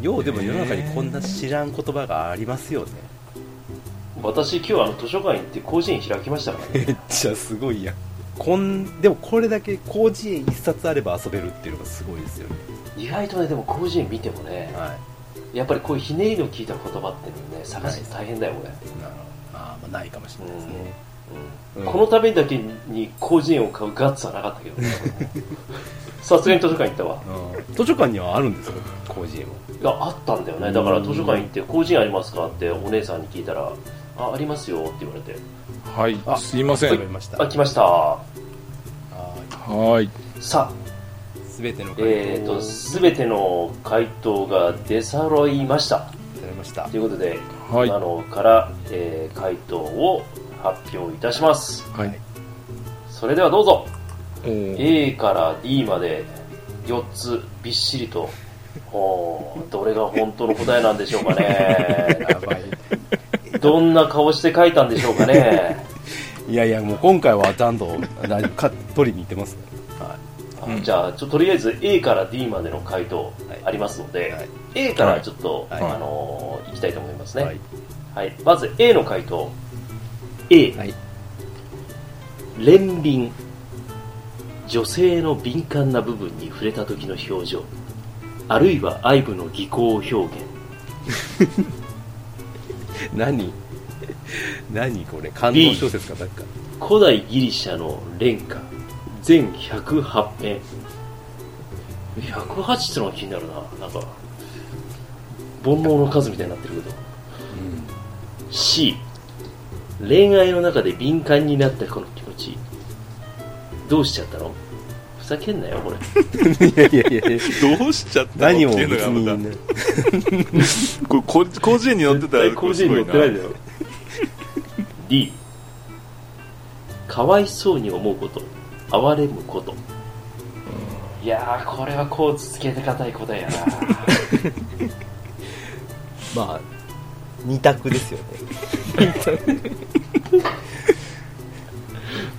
S2: ようでも世の中にこんな知らん言葉がありますよね
S3: 私今日あの図書館行って甲子園開きましたからね
S2: めっちゃすごいやんこんでもこれだけ広辞苑一冊あれば遊べるっていうのがすごいですよね、
S3: 意外とねでも甲子園見てもね
S2: はい
S3: やっぱりこういうひねりの効いた言葉ってね探すの大変だよ俺、
S2: なるほどあー、まあないかもしれないですね、
S3: うん
S2: うん
S3: このためだけに甲子園を買うガッツはなかったけどねさすがに図書館行ったわ
S2: うん図書館にはあるんですよ広辞苑も
S3: いやあったんだよねだから図書館行って「甲子園ありますか?」ってお姉さんに聞いたら「あありますよ」って言われて
S4: はい
S2: あ
S4: すいませ
S2: 食べ
S4: ん
S2: まし
S3: 「
S2: た
S3: あ来ました
S4: はい」
S3: さあ
S2: すべての回答
S3: えっ、ー、と
S2: を
S3: 全ての回答が出揃いました
S2: されました
S3: ということで、
S4: はい
S3: 今のから、えー回答を発表いたします
S4: はい
S3: それではどうぞ
S4: おー
S3: A から D まで4つびっしりとおーどれが本当の答えなんでしょうか ね
S2: やばい
S3: どんな顔して書いたんでしょうかね
S2: いやいやもう今回はちゃんとだいぶか取りに行ってますね
S4: うん
S3: じゃあちょとりあえず A から D までの回答ありますので、
S2: はい
S3: A からちょっと、
S2: はい
S3: あのーいきたいと思いますね、
S2: はい
S3: はい、まず A の回答 A、
S2: はい
S3: 憐憫女性の敏感な部分に触れた時の表情あるいは愛部の技巧表現
S2: 何何これ感動小説かなんか
S3: 古代ギリシャの連歌全108編108ってのが気になるななんか煩悩の数みたいになってるけど C 恋愛の中で敏感になったこの気持ちどうしちゃったのふざけんなよこれ
S2: いやいやいやいや
S4: どうしちゃった
S2: 何
S4: のっ
S2: も
S4: て
S2: 別
S4: いうのがま
S2: に
S4: たこれこ個人に乗ってたら
S3: 個人に乗ってない だよ D かわいそうに思うこと哀れむこといやーこれはこうつけてたい答えやな
S2: まあ二択ですよね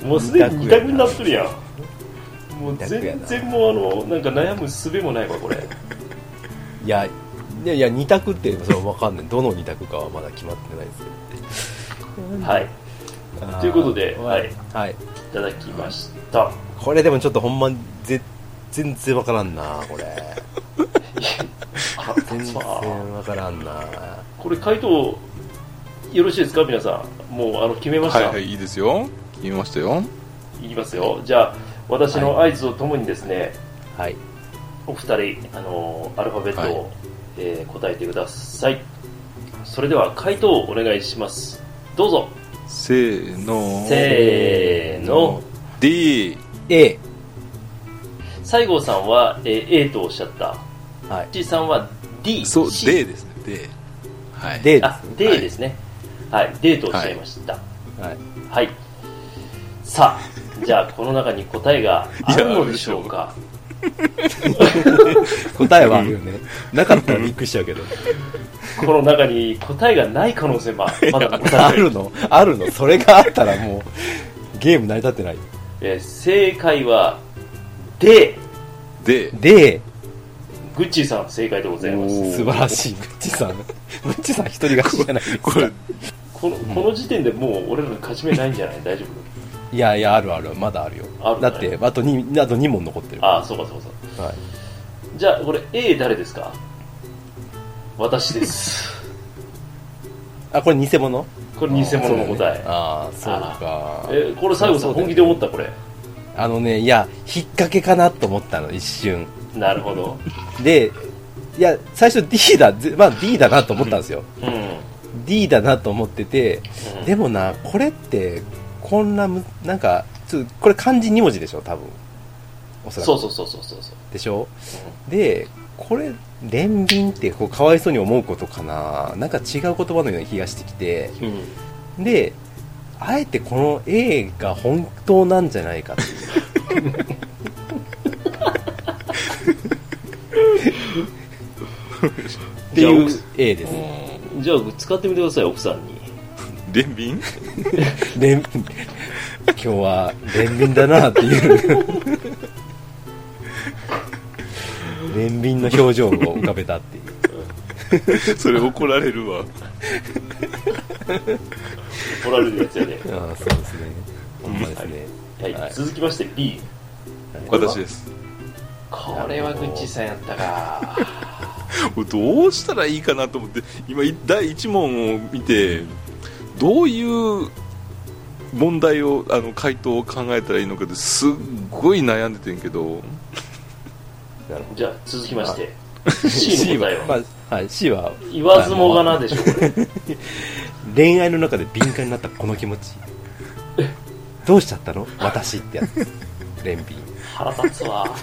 S3: もうすでに2択になってるやんもう
S2: 二択や
S3: 全
S2: な
S3: 然もうあのなんか悩む術もないわこれ
S2: いやいやいや二択ってそれは分かんないどの二択かはまだ決まってないですよ
S3: はいということで
S2: あー
S3: はい、
S2: はい、
S3: いただきました、
S2: これでもちょっとほんまぜ全然分からんなこれ
S3: あ
S2: 全然
S3: さあ
S2: 分からんな
S3: これ回答よろしいですか皆さんもうあの決めました、
S4: はいはいいいですよ言いましたよ
S3: いきますよじゃあ私の合図をともにですね、
S2: はい
S3: お二人、あのーアルファベットを、
S4: は
S3: えー答えてくださいそれでは回答をお願いしますどうぞ
S4: せーの
S3: せーの
S4: D
S2: A
S3: 西郷さんは、えー A とおっしゃった
S2: はい
S3: C さんは D
S4: そう
S3: C
S4: D ですね D はい
S2: D です
S3: あ D ですねはい、D とおっしゃいましたは
S2: はい
S3: い、さあじゃあこの中に答えがあるのでしょうか
S2: 答えはあるよねなかったらびっくりしちゃうけど
S3: この中に答えがない可能性もまだ残
S2: あ
S3: されてる
S2: るのあるのそれがあったらもうゲーム成り立ってない
S3: えー正解は D
S4: D
S2: で
S3: グッチーさん正解でございます
S2: 素晴らしいグッチさんグッチさん一人勝ちじゃないです
S4: これ
S2: か
S3: このこの時点でもう俺らの勝ち目ないんじゃない大 丈
S2: いやいやあるあるまだあるよ
S3: ある
S2: だってあと 2, あと2問残ってる
S3: 夫ああそうかそうかそうか
S2: はい
S3: じゃあこれ A 誰ですか私です
S2: あこれ偽物
S3: これ偽物の答え、
S2: ああそうか
S3: えこれ最後さん本気で思ったこれ
S2: あのねいや引っ掛けかなと思ったの一瞬
S3: なる ほど
S2: でいや最初 D だぜまあ D だなと思ったんですよ
S3: うん、うん、
S2: D だなと思っててでもなこれってこんなむなんかちょっとこれ漢字2文字でしょ多分おそらく
S3: そうそうそうそうそうそう
S2: でしょでこれ憐憫ってこうかわいそうに思うことかななんか違う言葉のような気がしてきて
S3: うん、
S2: であえてこの A が本当なんじゃないかっていうっていう A です
S3: うんじゃあ使ってみてください奥さんに
S4: 憐憫
S2: でん今日は憐憫だなっていう憐憫の表情を浮かべたっていう
S4: それ怒られるわ
S3: おられるやつ やね
S2: ああそうですねほんまですね
S3: はい、
S2: はい
S3: 続きまして B
S2: はい
S4: 私です
S3: これはぐっちさんやったか
S4: もうどうしたらいいかなと思って今い第1問を見てどういう問題をあの回答を考えたらいいのかってすっごい悩んでてんけど
S2: なるほ
S3: じゃあ続きまして
S2: ど
S3: C の答えは、
S2: まあはい C は
S3: 言わずもがなでしょこれ
S2: 恋愛の中で敏感になったこの気持ちどうしちゃったの私ってやつです憐憫
S3: 腹立つわ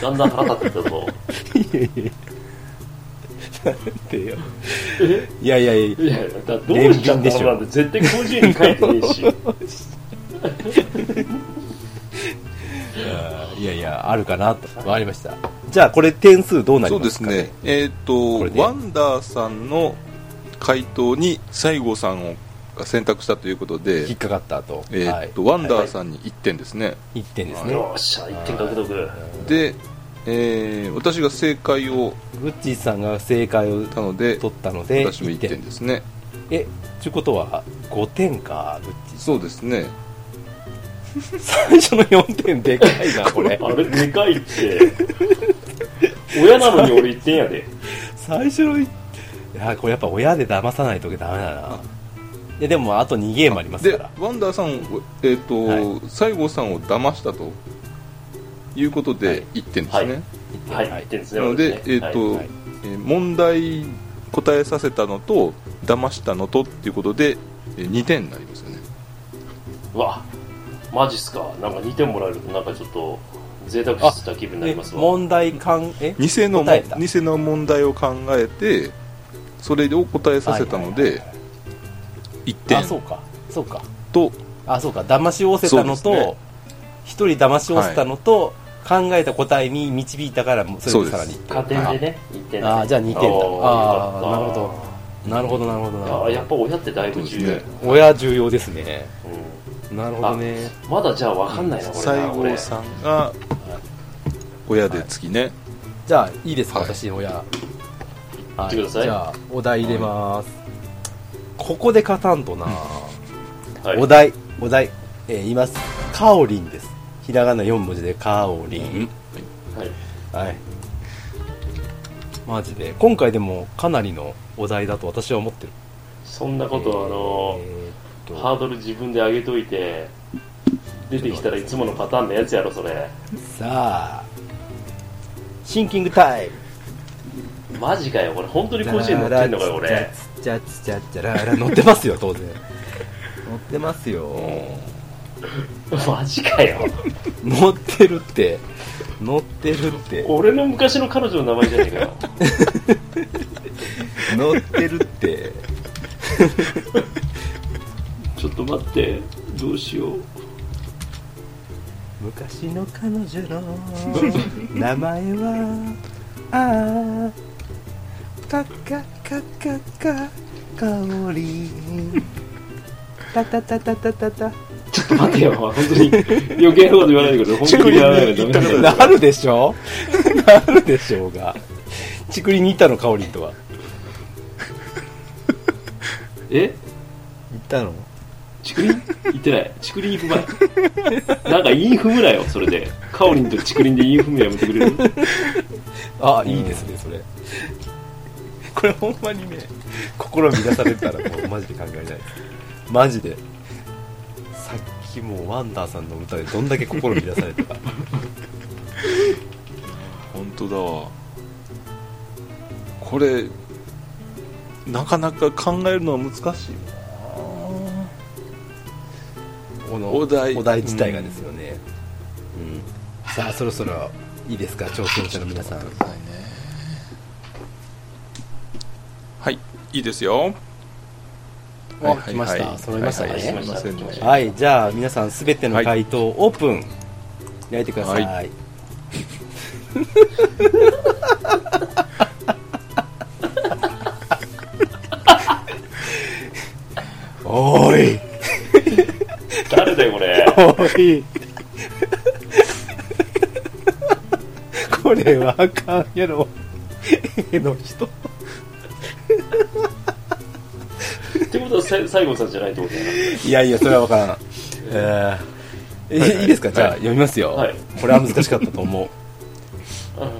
S3: だんだん腹立ってきたぞ
S2: いやいやいやなんでよいやいやいや
S3: いやだどうしちゃったのなんて絶対50に書いてねえし
S2: いやいやあるかなとわかりましたじゃあこれ点数どうなり
S4: そう
S2: ま
S4: ですす
S2: か
S4: ねえっ、
S2: これ
S4: と
S2: で
S4: ワンダーさんの回答に西郷さんをが選択したということで
S2: 引っかかった後、
S4: えーっとワンダーさんに1点ですね、
S2: はい、1点ですね
S3: よっしゃ1点獲得
S4: で、えー私が正解を
S2: グッチーさんが正解を
S4: たので
S2: 取ったので
S4: 私も
S2: 1
S4: 1
S2: 点
S4: 点ですね
S2: えちゅうことは5点かグッチーさん
S4: そうですね
S2: 最初の4点でかいなこれ
S3: あれでかいって親なのに俺1点やで
S2: 最初のいやこれやっぱ親で騙さないとダメだないやでもあと2ゲームあります
S4: で
S2: から
S4: ワンダーさんを、えーっと
S2: は
S4: 西郷さんを騙したということ
S2: は
S4: で
S2: い
S4: 1点ですね、
S2: 1点
S3: はい1点ですね
S4: なの
S3: 私、
S4: で
S3: ね
S4: えーっと
S2: はい
S4: えー問題答えさせたのと騙したのとっていうことで、え2点になりますよね
S3: うわマジっすかなんか2点もらえるとなんかちょっと贅沢した気分になります
S2: え
S3: わ
S2: 問題感え
S4: 偽のも
S2: 答えた
S4: 偽の問題を考えてそれを答えさせたので、
S2: はいはい
S4: 1
S2: あそう
S4: 点
S2: かそうか
S4: と
S2: あそうか騙しをせたの
S4: そうですね
S2: と一、人騙しをせたのと、考えた答えに導いたからもうそれでさらに
S3: 加点でね1点
S2: あーじゃあ二点だあーなる
S3: ど
S2: なるほどなるほどなるほ
S3: あ
S2: ど
S3: ーやっぱ親ってだいぶ重要、
S4: そうです
S2: 親重要ですね
S3: う
S2: なるほどね
S3: ん、まだじゃあ分かんないなこれ
S4: 西
S3: な
S4: 郷さんが親で次ね、
S2: じゃあいいですか、
S4: はい
S2: 私の親は
S3: ってください
S2: じゃあお題入れます、ここで勝たんとな、
S3: 俺
S2: お題お題、えー言いますかおりんですひらがな4文字でかおり
S4: うん
S2: ん
S3: はい、はい
S2: はいマジで今回でもかなりのお題だと私は思ってる
S3: そんなことをあの
S2: えーっと
S3: ハードル自分で上げといて出てきたらいつものパターンのやつやろそれ
S2: さあシンキングタイム
S3: マジかよこれ本当に甲子園乗ってんのかよ俺
S2: ちゃちゃちゃらら乗ってますよ当然乗ってますよ
S3: マジかよ
S2: 乗ってるって乗ってるって
S3: 俺の昔の彼女の名前じゃねえかよ
S2: 乗ってるって
S3: ちょっと待ってどうしよう
S2: 昔の彼女の名前はああカカカカカ香りタタタタタタタ
S3: ちょっと待ってよ本当に余計なこと言わないでくれ本当にやらないとダメだよ
S2: なるでしょ なるでしょうがちくりに行ったの香りとは
S3: え
S2: 行ったの
S3: ちくりん言ってないちくりん踏まえなんか韻踏むなよそれでかおりんとちくりんで韻踏むのやめてくれる
S2: あいいですねそれ これほんまにね心乱されたら もうマジで考えないマジでさっきもうワンダーさんの歌でどんだけ心乱され たか
S4: 本当だわこれなかなか考えるのは難しい
S2: この
S4: お題
S2: お題自体がですよね、うんさあそろそろいいですか挑戦者の皆さん
S4: ちょっと待ってくださいねはいいいですよ
S2: お来ました揃いましたね
S4: はいはいすいませんね
S3: い
S2: はいじゃあ皆さんすべての回答オープン、開いてください、
S4: は
S2: おい
S3: 誰だよこれ
S2: おいこれはあかんやろ絵の人
S3: ってことはさ西郷さんじゃないってことだ
S2: いやいやそれは分からん、えー
S4: はいはい
S2: い、いですかじゃあ、
S4: はい
S2: 読みますよ、
S3: はい
S2: これは難しかったと思う
S3: なうん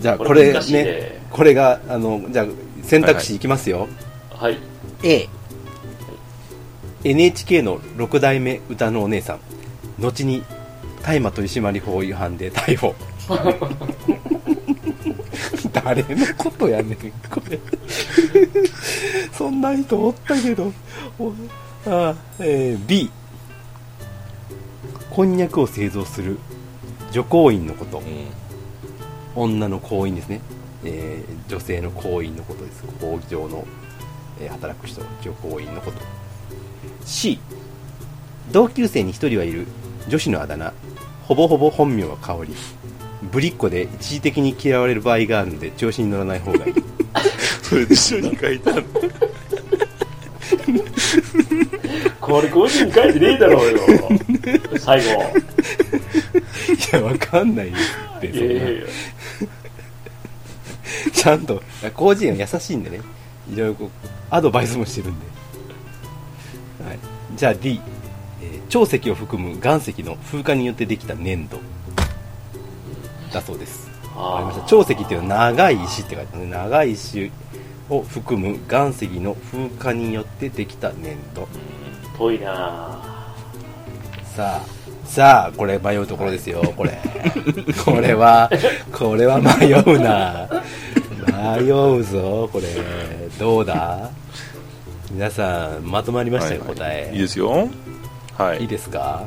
S2: じゃあこ
S3: これ
S2: れ
S3: 難しいね
S2: ねこれがあのじゃあ選択肢いきますよ、
S3: はい
S2: A NHK の6代目歌のお姉さん後に大麻取締法違反で逮捕 誰のことやねんこれ そんな人おったけどおあ、えー B こんにゃくを製造する女行員のこと
S4: うん
S2: 女の行員ですね、えー女性の行員のことです工場の、えー働く人女行員のこと C 同級生に1人はいる女子のあだ名ほぼほぼ本名は香りぶりっ子で一時的に嫌われる場合があるので調子に乗らない方 がいい
S4: それで一緒に書いたの
S3: これ個人書いてねえだろうよ最後
S2: いやわかんないっ
S3: いやいやいや
S2: ちゃんと工事員は優しいんでねいろいろこうアドバイスもしてるんで、はい、じゃあ D、えー長石を含む岩石の風化によってできた粘土だそうですわかりました長石っていうのは長い石って書いてあるね長い石を含む岩石の風化によってできた粘土
S3: ぽいな
S2: さあさあこれ迷うところですよこれこれはこれは迷うな迷うぞこれどうだ皆さんまとまりましたよ、
S4: はいはい
S2: 答え
S4: いいですよはい
S2: いですか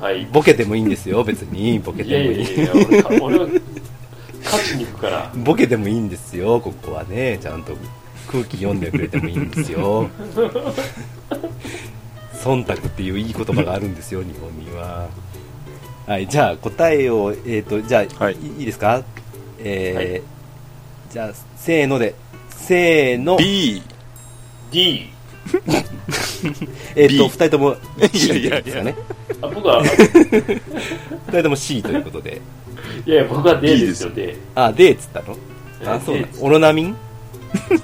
S3: はい
S2: ボケてもいいんですよ別にボケ
S3: いや
S2: ても
S3: い
S2: い
S3: や
S2: い
S3: いや俺か俺は勝ちに行くから
S2: ボケてもいいんですよここはねちゃんと空気読んでくれてもいいんですよ忖度っていういい言葉があるんですよ日本にははいじゃあ答えをえっ、とじゃあ、
S4: はい
S2: い、いいですかえー
S3: はい
S2: じゃあせーのでせーの
S4: B
S3: D
S2: えっ、と2
S4: B
S2: 人とも C
S4: いやいやいや
S2: ですかね
S3: あ僕は
S2: 2人とも C ということで
S3: いやいや僕は D
S4: D
S3: ですよ D
S2: あでっつったのあ
S3: え
S2: そうな
S3: D
S2: オロナミン
S4: い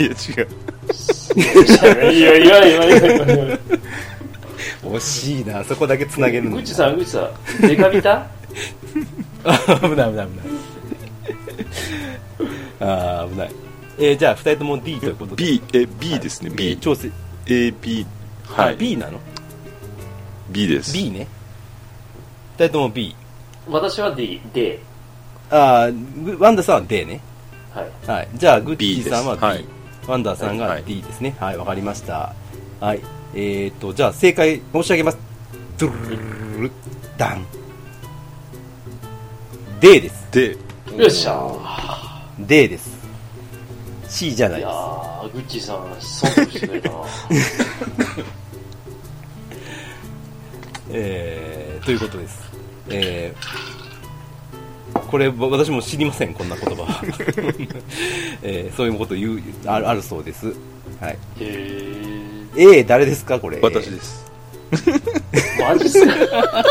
S4: や違う
S3: いやいやいやいやいや
S2: 惜しいなそこだけつなげるの
S3: ぐちさんぐちさんデカビタ
S2: 危ない危ない危ないあー危ない、えーじゃあ2人とも D ということで
S4: B え B ですね、
S2: えー調整、
S4: BAB は
S2: はいい、B なの
S4: B です
S2: B ね2人とも B
S3: 私は D D
S2: あーグワンダさんは D ね、
S3: はい
S2: はい、じゃあグッチ
S4: B
S2: ー
S4: です
S2: さんは D
S4: はい
S2: ワンダーさん
S4: は
S2: が
S4: い
S2: D ですねはいわ、かりましたはいえー、っとじゃあ正解申し上げますドゥルルルルルダン D です
S4: で
S3: よっしゃー
S2: D です C じゃない
S3: いや
S2: です
S3: ーぐっちさん損得してく れたな
S2: えーということです、えーこれぼ私も知りませんこんな言葉は、 えーそういうこと言うあるあるそうです、はい、
S3: へー
S2: A 誰ですかこれ
S4: 私です
S3: マジ っすか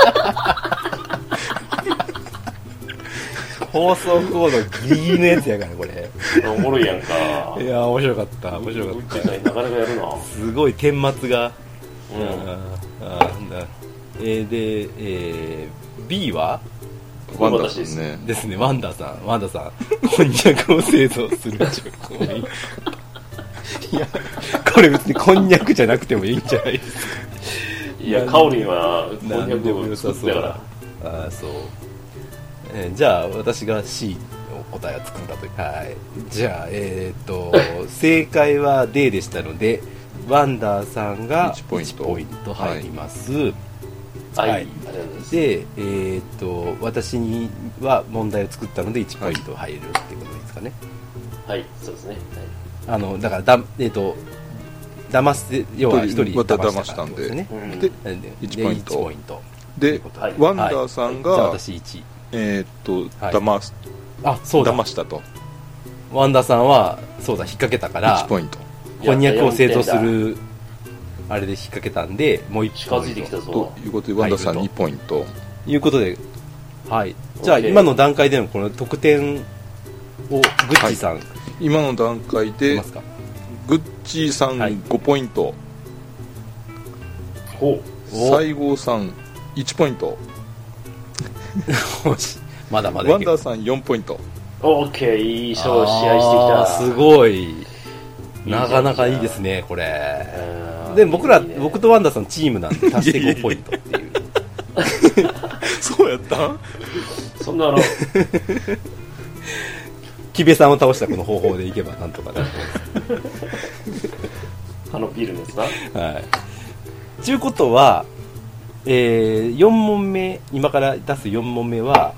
S2: 放送コードギリギリのやつやからこ れ
S3: おもろいやんか
S2: いやー面白かった面白
S3: ぐっ
S2: かっ
S3: ちさんなかなかやるな
S2: たすごい顛末が、
S3: う
S2: あ
S3: ん
S2: ーあーなえーで、えー B は
S4: ワンダ
S3: 私
S4: さん
S3: です
S4: ね
S2: ですねワンダさんワンダさんこんにゃくを製造する女行員いやこれ別にこんにゃくじゃなくてもいいんじゃないですか
S3: いやカオリンは こんにゃ
S2: 何でも
S3: く
S2: 良
S3: を
S2: さ
S3: 作っ
S2: そう
S3: たか
S2: だ
S3: ら
S2: ああそう、えーじゃあ私が C の答えを作ったというはいじゃあえーっと正解は D でしたのでワンダーさんが
S4: 1ポイント
S2: 1ポイント入ります、
S3: はい、
S2: はい
S3: ありがとうございます
S2: で、えーっと私には問題を作ったので1ポイント入るっていうことですかね、
S3: はい、そうですね。はい
S2: あのだからだ、えーっと騙す要は1人
S4: 一人
S2: 騙
S4: また騙
S2: し
S4: したた
S2: ん
S4: ん
S2: で
S4: です
S2: ね
S3: うん
S4: で
S2: なんで
S4: 1ポイント
S2: で1ポイントという
S4: で
S2: こと
S3: はい
S4: ワンダーさんが、
S2: じゃあ私1
S4: えーっと
S2: はい
S4: 騙す
S2: あそうだ
S4: 騙したと
S2: ワンダーさんはそうだ引っ掛けたから
S4: 1ポイント
S2: こんにゃくを製造す
S3: やっ
S2: るあれで引っ掛けたんでもう1
S3: 近
S2: ポイント
S3: づいてきたぞ
S4: と。いうことでワンダーさん
S2: 入
S4: 2
S2: る
S4: ポイント
S2: いうことで、はい、じゃあ
S3: OK
S2: 今の段階でのこの得点をグッチさん、
S4: 今の段階
S2: い、
S4: で
S2: ますか
S4: グッチーさん
S2: はい
S4: 5ポイント、
S3: ほ
S2: お
S4: 西郷さん1ポイント
S2: よしまだまだ
S4: ワ
S2: い
S4: ン
S2: け
S4: ダー
S2: る
S4: さん4ポイント
S3: う。オッケー、いい勝負試合
S2: あ
S3: してきた。
S2: ーすごいなかなかいいですねこれ
S3: うん
S2: で僕ら
S3: いいね
S2: 僕とワンダーさんチームなんで足して5ポイントっていう
S4: そうやった
S3: そんなの、
S2: 木部さんを倒したこの方法でいけばなんと かなる
S3: あのビールのや つな。
S2: はい。ちゅうことは、えー、4問目、今から出す4問目は、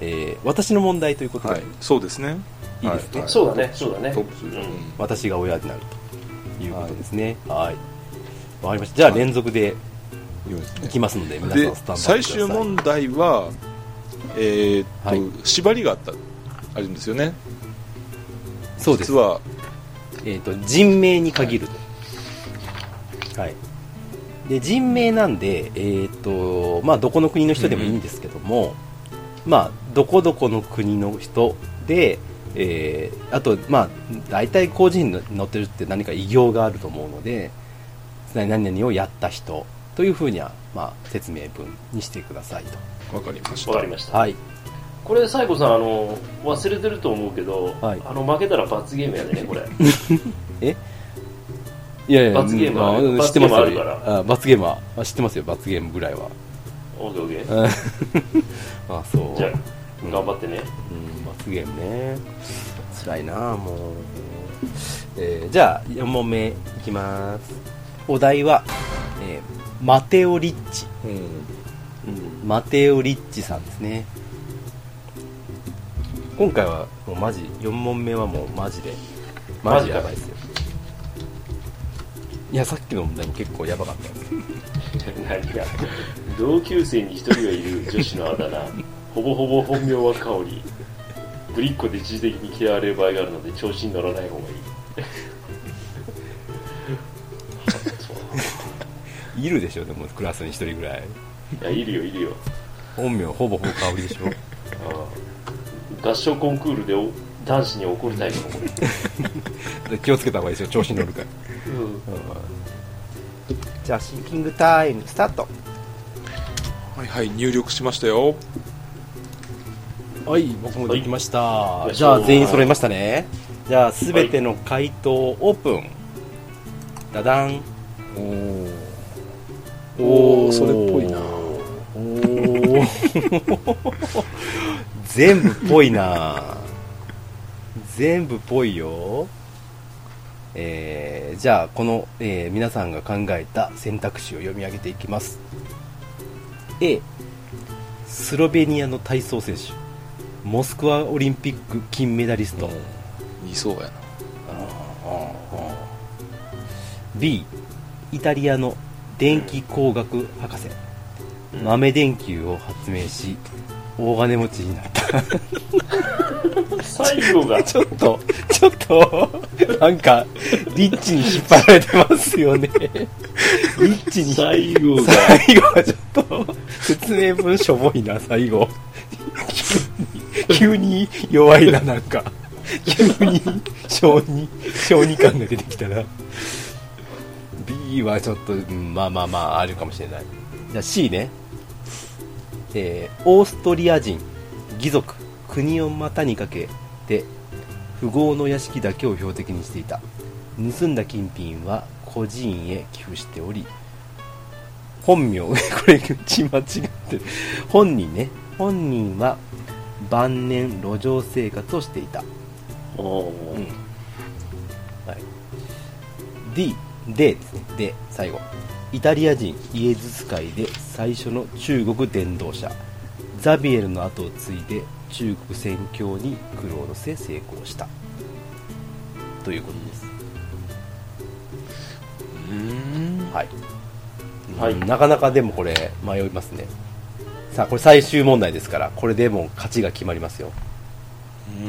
S2: えー私の問題ということで、
S4: はいそうですね
S2: いいですね
S4: は
S3: そうだね、そうだね
S4: トッ。プ
S3: うん
S2: 私が親になるということですね。はい。わかりました。じゃあ連続で
S4: うんよいですね
S2: いきますので、皆
S4: で
S2: さんスタンバイ
S4: 最
S2: してくだ
S4: 終
S2: さい。
S4: 問題は、えーっと
S2: はい
S4: 縛りがあったあるんですよね
S2: そうです
S4: 実。は
S2: えっ、と、人名に限ると。はい。で、人名なんで、えっ、と、まあ、どこの国の人でもいいんですけども、まあ、どこどこの国の人で、えーあと、まあ、大体工事に載ってるって何か偉業があると思うので、何々をやった人というふうには、まあ、説明文にしてください
S4: わかりました
S3: わかりまし
S2: と。
S3: た。
S2: はい。
S3: これ、最後さん、あの、忘れてると思うけど、
S2: はい
S3: あの、負けたら罰ゲームやね、 これ。
S2: いやいや、
S3: 罰ゲームはある
S2: うん知ってます
S3: 罰ゲームあるか
S2: よ。あ罰ゲームは、あ知ってますよ、罰ゲームぐらいは。
S3: オーケーオーケー。
S2: あそう
S3: じゃあ、頑張ってね。
S2: うん罰ゲームね辛いなもう、えーじゃあ4問目いきますお題は、えーマテオ・リッチ、マテオ・リッチさんですね今回はもうマジ4問目はもうマジでマジやばいですよいやさっきの問題も結構やばかったです
S3: 何が同級生に一人がいる女子のあだ名ほぼほぼ本名は香りぶりっ子で一時的に嫌われる場合があるので調子に乗らない方 がいい
S2: いるでしょでもクラスに1人ぐらい
S3: いやいるよいるよ
S2: 本名ほぼほぼ香りでしょ
S3: うん合唱コンクールでお男子に怒るタイプの子、
S2: で気をつけた方がいいですよ調子に乗るから
S3: うん、
S2: じゃあシンキングタイムスタート
S4: はいはい入力しましたよ
S2: はい僕もできました、
S3: い
S2: じゃあ全員揃いましたねじゃあ全ての回答オープンダダン
S4: おーおーそれっぽいな
S2: おー全部っぽいな全部っぽいよえーじゃあこの、えー皆さんが考えた選択肢を読み上げていきます A スロベニアの体操選手モスクワオリンピック金メダリスト、
S4: 似そうやな
S2: B イタリアの電気工学博士豆電球を発明し大金持ちになった
S3: 最後が
S2: ちょっとちょっとなんかリッチに引っ張られてますよねリッチに
S3: 最後が
S2: 最後はちょっと説明文しょぼいな最後急に急に弱いななんか急に小児小児感が出てきたな B はちょっと、うんまあまあまああるかもしれないじゃあ C ねえーオーストリア人義族国を股にかけて富豪の屋敷だけを標的にしていた盗んだ金品は個人へ寄付しており本名 これ口間違ってる本人ね本人は晩年路上生活をしていた、
S3: お
S2: う
S3: ー
S2: んはい、D でですねで最後イタリア人イエズ使いで最初の中国伝道者ザビエルの後を継いで中国宣教に苦労の末成功したということです、
S4: うん
S2: はい
S3: はい
S2: なかなかでもこれ迷いますねさあこれ最終問題ですからこれでもう勝ちが決まりますよ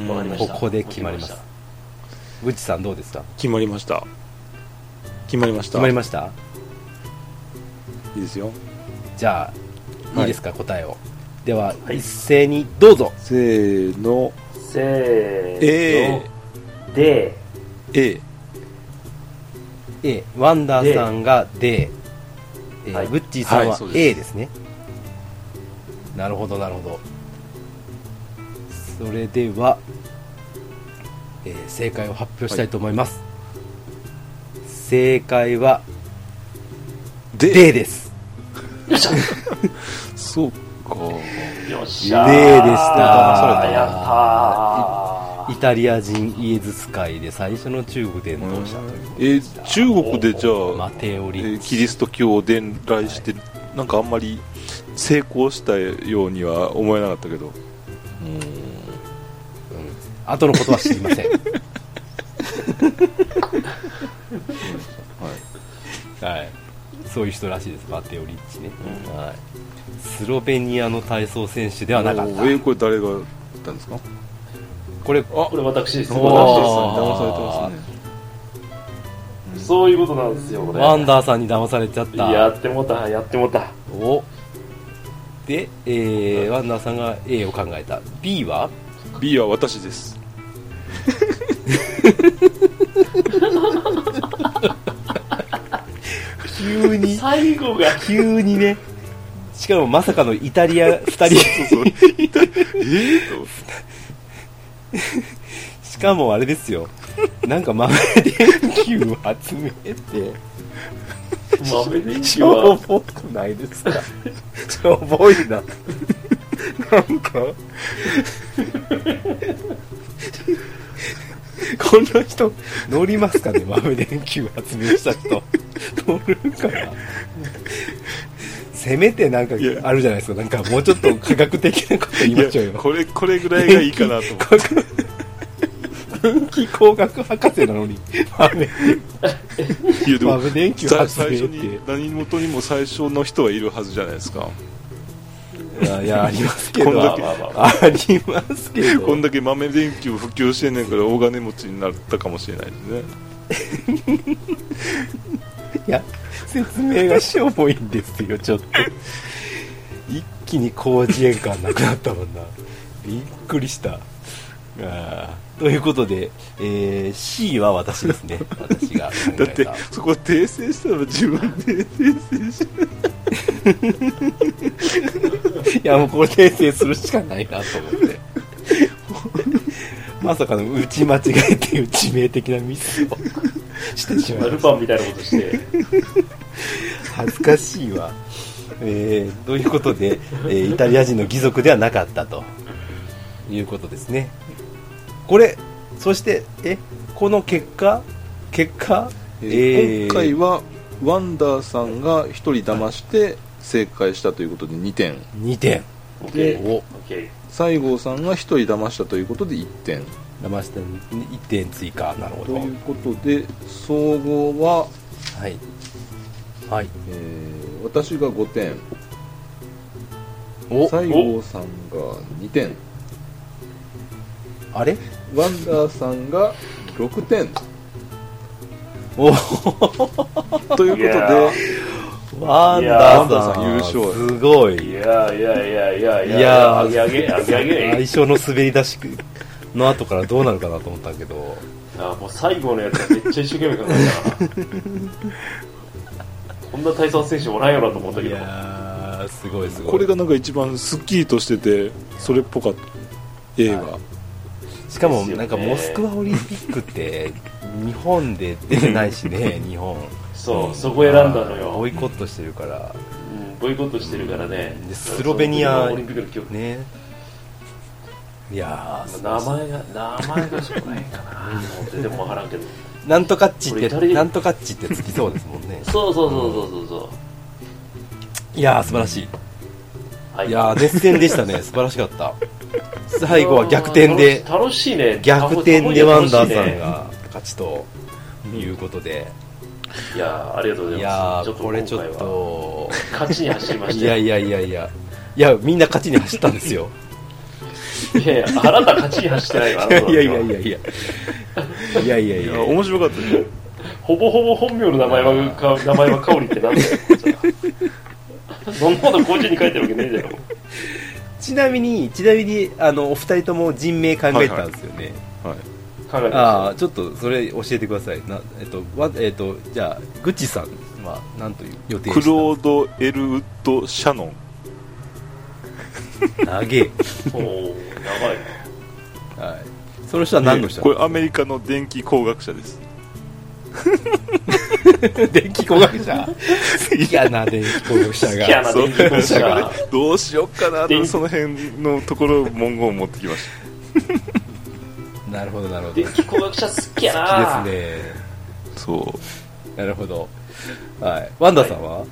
S3: わかりま
S2: こ
S3: した
S2: こで決まります
S3: わか
S2: グッチさんどうですか
S4: 決まりました決まりました
S2: 決まりました
S4: いいですよ
S2: じゃあ
S4: は
S2: い
S4: い
S2: いですか、答えをでは、一斉にどうぞ
S4: せーの
S3: せー
S4: A
S3: の、で
S4: A
S2: A ワンダーさんが D、えー
S3: はい
S2: グッチーさん
S4: はい
S2: は
S4: そうです
S2: A ですね、なるほどなるほどそれでは、えー正解を発表したいと思います、正解は
S4: D
S2: D です
S4: そうか
S3: よっしゃー
S2: ねえでした
S3: やった
S2: イ
S3: ー
S2: タリア人イエズス会で最初の中国伝道者ということ
S4: え
S2: でした
S4: ー中国でじゃあ
S2: マテオ
S4: え
S2: リ
S4: ー
S2: ッ
S4: キ
S2: チ、
S4: リスト教を伝来して、なんかあんまり成功したようには思えなかったけど
S2: うん後のことは知りません
S4: はい
S2: はい、そういう人らしいです、マテオ・リッチね、はい、スロベニアの体操選手ではなかっ
S4: おーえー
S2: た、
S4: これ誰がやったんですか
S2: これ、
S4: あ
S3: これ私です
S4: 騙
S3: ね
S2: おー
S3: 私
S4: されてますね騙されてますね
S3: ですそういうことなんですよこれ
S2: ワンダーさんに騙されちゃった、
S3: やってもたやってもた
S2: おで、えーワンダーさんが A を考えた、B は
S4: B は私 です
S2: 急に、
S3: 最後が
S2: 急にね、しかもまさかのイタリア2人、
S4: そうそうえーと
S2: しかもあれです よ、なんか豆電球を集めて。
S3: 豆電
S2: し
S3: 球
S2: ょ
S3: は
S2: ぼくないですかしょぼいななんかこんな人乗りますかね豆電球発明した人乗るかなせめてなんかあ
S4: いや
S2: るじゃないですかなんかもうちょっと科学的なこと言いましょうよ
S4: いやこれこれぐらいがいいかなと思って
S2: 科学電気工学博士な のに豆
S4: い やでも
S2: 豆電球
S4: さ
S2: 発明っ
S4: 最
S2: て
S4: 初に何事にも最初の人はいるはずじゃないですか
S2: いやいやありますけ
S4: こ
S2: ど
S4: んだけ
S3: まあまあまあ
S2: ありますけど
S4: こんだけ豆電球普及してんねんから大金持ちになったかもしれないですね
S2: いや説明がしょぼいんですよちょっと一気に広辞苑感なくなったもんなびっくりしたあーということで、えー C は私ですね私が考
S4: だっ
S2: え
S4: て
S2: た
S4: そこ訂正したら自分で訂正し
S2: いやもうこれ訂正するしかないなと思ってまさかの打ち間違えっていう致命的なミスをしてしまいました
S3: ルパンみたいなことして
S2: 恥ずかしいわ、えー、ということで、えーイタリア人の義族ではなかったということですねこれそしてえこの結果結果、
S4: え
S2: えー
S4: 今回はワンダーさんが1人騙して正解したということで2点
S2: 2点
S3: OK
S2: お
S3: OK
S4: 西郷さんが1人騙したということで1点
S2: 騙した1点追加なるほ
S4: と
S2: ど
S4: いうことで総合は、
S2: はい、はい、
S4: えー私が5点
S2: お
S4: 西郷さんが2点
S2: あれ
S4: ワンダーさんが6点
S2: お
S4: ということ
S3: いや
S4: で
S2: ワン
S3: ワ
S2: ダ
S4: ン
S2: ーさ
S4: ダーさ
S2: ん
S4: ん優勝
S2: すご
S3: い
S2: い
S3: やいやいやいやいや
S2: いや
S3: あげあげあげあげ
S2: 相性の滑り出しの後からどうなるかなと思ったけど
S3: あもう最後のやつはめっちゃ一生懸命考えたなこんな対戦選手おらんよなと思ったけ
S2: い
S3: ど
S2: やーすごいすごい
S4: これがなんか一番すっきりとしててそれっぽかった映画、
S2: しかも
S3: ですよね
S2: なんかモスクワオリンピックって日本で出てないし ね日本
S3: そうそこ選んだの
S2: あーボイ
S3: よ
S2: コットしてるから
S3: うんボイコットしてるからね
S2: でスロベニア
S3: そうオリンピックの記憶
S2: ねいやー
S3: 名前が名前がしょうがないかなもう出てもわからんけど
S2: なんとかっちっ
S3: これ
S2: て
S3: イタリア
S2: なんとかっちってつきそうですもんね
S3: そうそうそうそうそうそ、
S2: いやー素晴らしいう
S3: はい
S2: やー熱戦でした ね素晴らしかった最後は逆転で
S3: あー楽しいね
S2: 逆転でワンダーさん
S3: が
S2: が勝ちということで、
S3: いやーありがとうござ
S2: い
S3: い
S2: や
S3: ま
S2: ー
S3: す
S2: これちょっ
S3: 今回は
S2: と
S3: 勝ちに走りま し
S2: い
S3: た
S2: や
S3: よ
S2: いやいやいやいやみんな勝ちに走ったんですよ
S3: いやいやあなた勝ちに走ってないわ あ
S2: い
S3: な
S2: や
S3: たはい
S2: やいやいやいやいやいやい
S4: い
S2: や
S4: や面白かったね
S3: ほぼほぼ本名の名前はか名前はカオリってなんだよそんなこと個人に書いてるわけねえだろ
S2: ちなみにちなみにあのお二人とも人名考えたんですよね、
S4: はい
S3: 考えて
S2: あ
S3: ま
S2: あちょっとそれ教えてくださいなえっとわえっとじゃあグッチさんは何という予定
S4: クロード・エルウッド・シャノン
S2: 投げ
S3: すおおやばい
S2: はいその人は何の人
S4: これアメリカの電気工学者です
S2: れ電気工学 者好きやな電気工学者
S3: 好きやな
S2: が
S4: そう
S3: 電気工学者
S4: だからねどうし よっかな
S3: 電
S4: と
S3: 気
S4: その辺のところ文言を持ってきまし
S2: なるほどなるほど
S3: 電気工学者好きやな
S2: 好きですね
S4: たそう
S2: なるほどはいワンダさんは、はい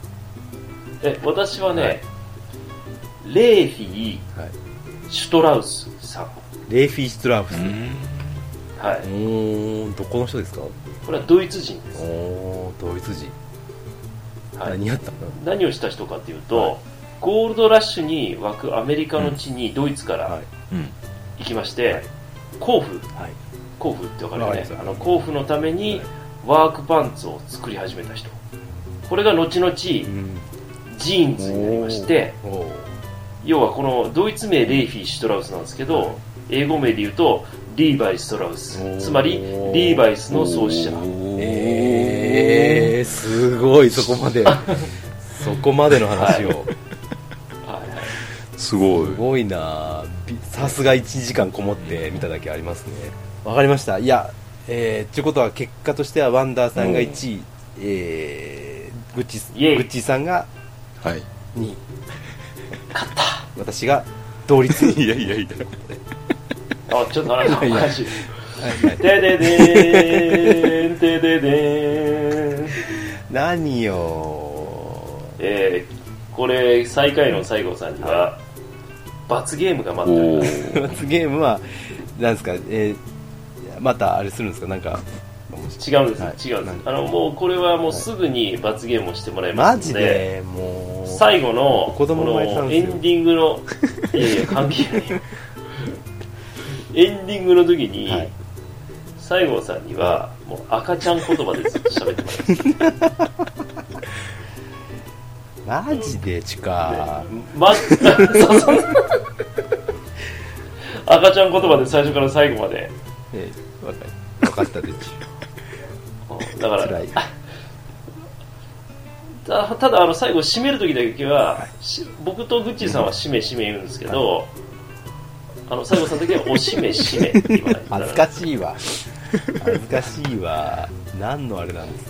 S3: え私はね、レーフィー・シュトラウスさん
S2: レイフィー・ストラウス
S3: はい、
S2: おーどこの人ですか
S3: これはドイツ人です、
S2: おードイツ人、
S3: はい、
S2: 何やったの
S3: 何をした人かというと、
S2: はい
S3: ゴールドラッシュに湧くアメリカの地にドイツから
S2: い
S4: うん
S3: 行きまして、
S2: はい
S3: 甲府
S2: はい
S3: 甲府ってわかる
S2: わ
S3: よ
S2: かりま
S3: ね
S2: す
S3: あの甲府のため
S2: は
S3: に
S2: い
S3: ワークパンツを作り始めた人これが後々ジ
S2: ん
S3: ーンズになりまして
S2: おー
S3: 要はこのドイツ名レイフィー・シュトラウスなんですけど、英語名で言うとリーバイ・ストラウス
S2: おー
S3: つまりリーバイスの創始者
S2: えー、すごいそこま でそこまでの話を、
S3: はいはい
S4: すごい
S2: すごいなびさすが1時間こもって見ただけありますねわかりましたいやえー、ということは結果としてはワンダーさんが1位、えー、グッチ
S3: イエイ
S2: グッチさんが
S4: はい
S2: 2位勝った私が同 率
S4: いやいやいや
S3: あちょっとあれおかしい
S2: はいはい
S3: でででーんでででーん
S2: 何よ
S3: えー、これ最下位の西郷さんには罰ゲームが待っております
S2: 罰ゲームはなんですか、えー、またあれするんですかなんか
S3: 違うんです、
S2: はい
S3: 違うんで
S2: なん
S3: すあのもうこれはもうすぐに罰ゲームをしてもらいま
S2: マ
S3: す
S2: ジ
S3: ので
S2: でもう
S3: 最後の
S2: 子供生まれたん
S3: この
S2: です
S3: エ
S2: よ
S3: ンディン グのいやいや関係ないよエンディングの時に、
S2: はい
S3: 西郷さんにはもう赤ちゃん言葉でずっと喋ってもらい ます
S2: マジでチカ
S3: ま そうそう赤ちゃん言葉で最初から最後まで
S2: ええわか分かったで ち
S3: だから
S2: 辛い
S3: たただあの最後締める時だけは、し僕とグッチーさんは締め締め言うんですけど、あの最後さんだけはお締め締めっ て言わないと
S2: 恥ずかしいわ恥ずかしいわ何のあれなんです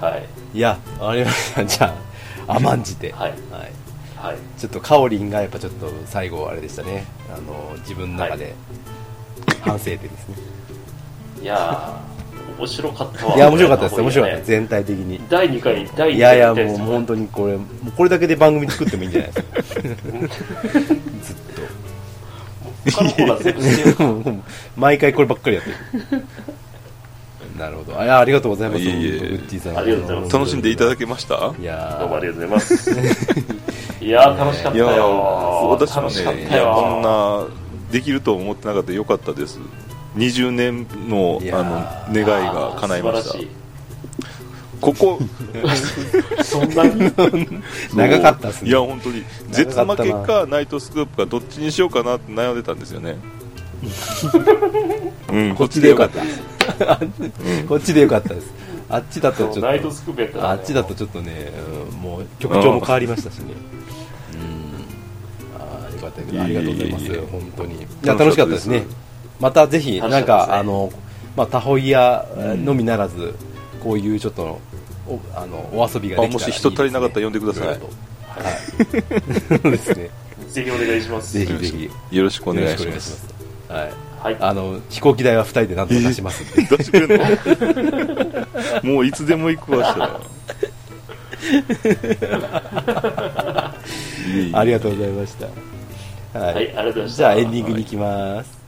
S2: か
S3: はい
S2: いやわかりましたじゃあ甘んじて
S3: はいはい
S2: ちょっとかおりんがやっぱちょっと最後あれでしたねあの自分の中で反省点です ね、
S3: いやー面白かったわ
S2: い、や面白かったです面白かった
S3: ね
S2: 全体的に
S3: 第2回第2回
S2: いやいや
S3: みた
S2: も
S3: で
S2: う
S3: すね
S2: 本当にこれもうこれだけで番組作ってもいいんじゃないですかずっと
S3: 他のコーナー全部捨てよう
S2: 毎回こればっかりやってるなるほどあいやありがとうございます
S4: いえいえ
S2: 本当グッチーさん
S3: ありがとうございます
S4: 楽しんでいただ
S2: き
S4: けました
S2: いやー
S3: どうもありがとうございます いやー楽しかった
S4: いや
S3: よ
S4: ー私も
S3: 楽しかっ
S4: ねい
S3: た
S4: や
S3: よ
S4: こんなできると思ってなかったよかったです20年の
S2: いやー
S4: あの願いが叶いました
S3: 素晴らしい
S4: ここ
S3: そんなに
S2: 長かったっすね
S4: いや本当に
S2: 長
S4: 絶
S2: かったな
S4: 負けかナイトスクープかどっちにしようかなって悩んでたんですよ ねうん
S2: こっちでよかったたこっちでよかったですあっちだとちょ
S3: ナイ
S2: っ
S3: ト
S2: と
S3: スクープやったら
S2: あっちだとちょっとね、うんもう曲調も変わりましたしねうんああよかったけどありがとうございます
S4: いえいえいえ
S2: 本当にいや楽しかったですねまたぜひ、
S3: 楽し
S2: な
S3: か
S2: ん
S3: ったですね
S2: か、あの、まあ、タホイヤのみならず、こういうちょっと、お、あの、お遊びができたらいいですね、
S4: あもし人足りなかったら呼んでください
S2: はい。そうですね。
S3: ぜひお願いします
S2: ぜひぜひ、よ
S4: よろしくお
S2: ろ
S4: 願
S2: し
S4: い
S2: くお
S4: し
S2: 願いしま
S4: ます
S2: す。はい。
S3: はい
S2: あの飛行機代は2人で何とか出しますんで、
S4: 出してくれんのもういつでも行くわしたら いい
S2: ありがとうございましたはい、
S3: はい、ありがとうございました。
S2: じゃあエンディングに行きます、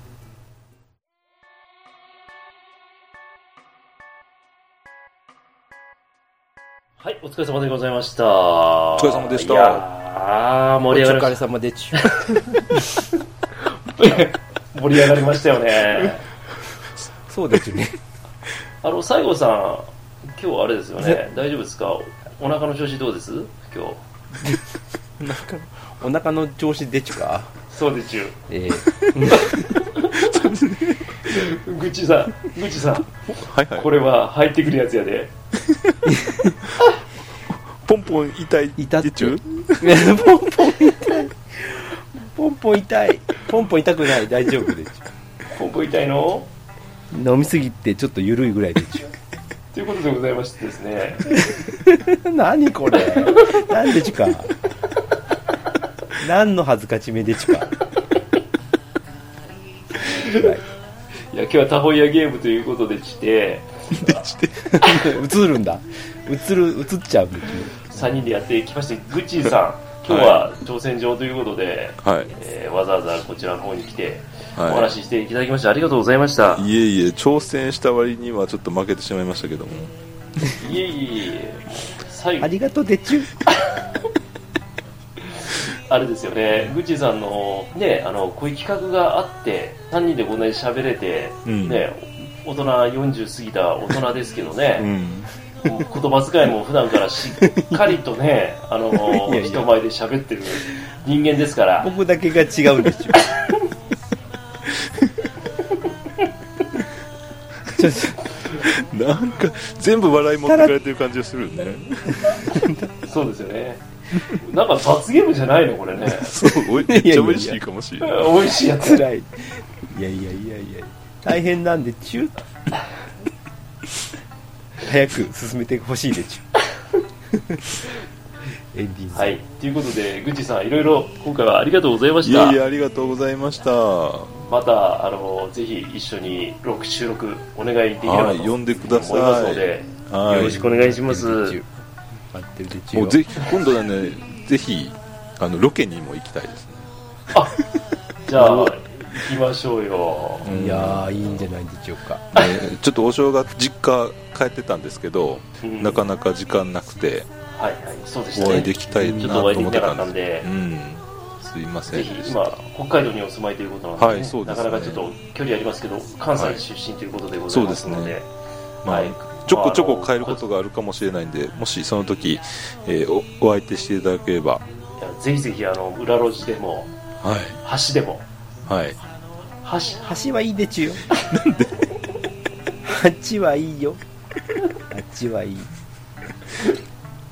S3: はい、お疲れ様でございました。お
S4: 疲れ様でした
S3: ああ、盛り上がりまし
S2: 様でちゅ
S3: た。盛り上がりましたよね。
S2: そうですね
S3: あの、西郷さん、今日あれですよね。大丈夫ですかお腹の調子どうです今日。
S2: お腹の調子でちゅか
S3: そうでちゅ。
S2: え
S3: ぐちさん、ぐちさん、
S4: はいはい
S3: これは入ってくるやつやで。
S4: ポンポン痛い
S2: 痛って
S4: でちゅ
S2: ーポンポン痛いポンポン痛いポンポン痛くない大丈夫でち
S3: ポンポン痛いの
S2: ゅ飲みすぎてちょっと緩いぐらいでち
S3: ということでございましてですね。
S2: ゅ何これ何でちゅか何の恥ずかしめでちゅか
S3: いや、今日はタホイヤゲームということでして、
S2: 映るんだ映る映っちゃうんでち
S3: 3人でやってきまして、ぐちさん、今日は挑戦状ということで、
S4: はい
S3: えーわざわざこちらの方に来て、
S4: はい
S3: お話ししていただきましてありがとうございました。
S4: いえいえ挑戦した割にはちょっと負けてしまいましたけども
S3: いえいえいえ、最
S2: ゅあ
S3: 後、
S2: りがとうでちゅ
S3: あれですよね、ぐちさんの、ね、あの、こういう企画があって、3人でこんなに喋れて、
S4: うん
S3: ね、大人40過ぎた大人ですけどね、
S4: うん
S3: 言葉遣いも普段からしっかりとね、あ の
S2: いやいや
S3: 人前で喋ってる人間ですから、
S2: 僕だけが違うんでちゅ ちょちょ
S4: なんか全部笑い持ってかれてる感じがするよね
S3: そうですよね。なんか罰ゲームじゃないのこれね。
S4: そうおいめっちゃ美味しいかもしれない
S3: 美味しいやつ。
S2: 辛いいやいやいやいや大変なんでチュッ早く進めてほしいでチ ュエンディング、
S3: はい。ということで、ぐちさん、いろいろ今回はありがとうございまし
S4: いえ
S3: た。
S4: いえありがとうございましたは
S3: また、あのぜひ一緒に録収録お願いできれば
S4: い
S3: と
S4: 呼
S3: 思い
S4: んでください
S3: ますので、よろしくお願いします。
S2: チュ待ってるでチ
S4: も
S2: ュ
S4: うぜひ今度はねぜひあのロケにも行きたいですね
S3: じゃあ、行きましょうよ。
S2: いやーいいんじゃないでしょうか
S4: ねちょっとお正月実家帰ってたんですけど、
S3: うん
S4: なかなか時間なくて
S3: はいはい、そうでし
S4: お
S3: た
S4: 会い
S3: ね。
S4: で
S3: ち
S4: きたい
S3: ょっ
S4: な
S3: と
S4: と
S3: お会いで
S4: 思っ
S3: きな
S4: て
S3: か
S4: た
S3: っ
S4: ん
S3: た
S4: です
S3: んで、
S4: うんすいませ
S3: ぜ
S4: ん
S3: ひ
S4: でした
S3: 今、北海道にお住まいということなので,、
S4: はいそうで
S3: な
S4: す
S3: か
S4: ね
S3: なかちょっと距離ありますけど、関西出身ということでございますので、
S4: はいまあ
S3: はい
S4: ちょこちょこ変えることがあるかもしれないんでもしその時、えーおお相手していただければ
S3: いやぜひぜひあの裏路地でも、
S4: は
S3: 橋でも、
S4: いはい
S3: 橋、
S2: 橋はいいでチュよなんで 橋はいいよ橋はいい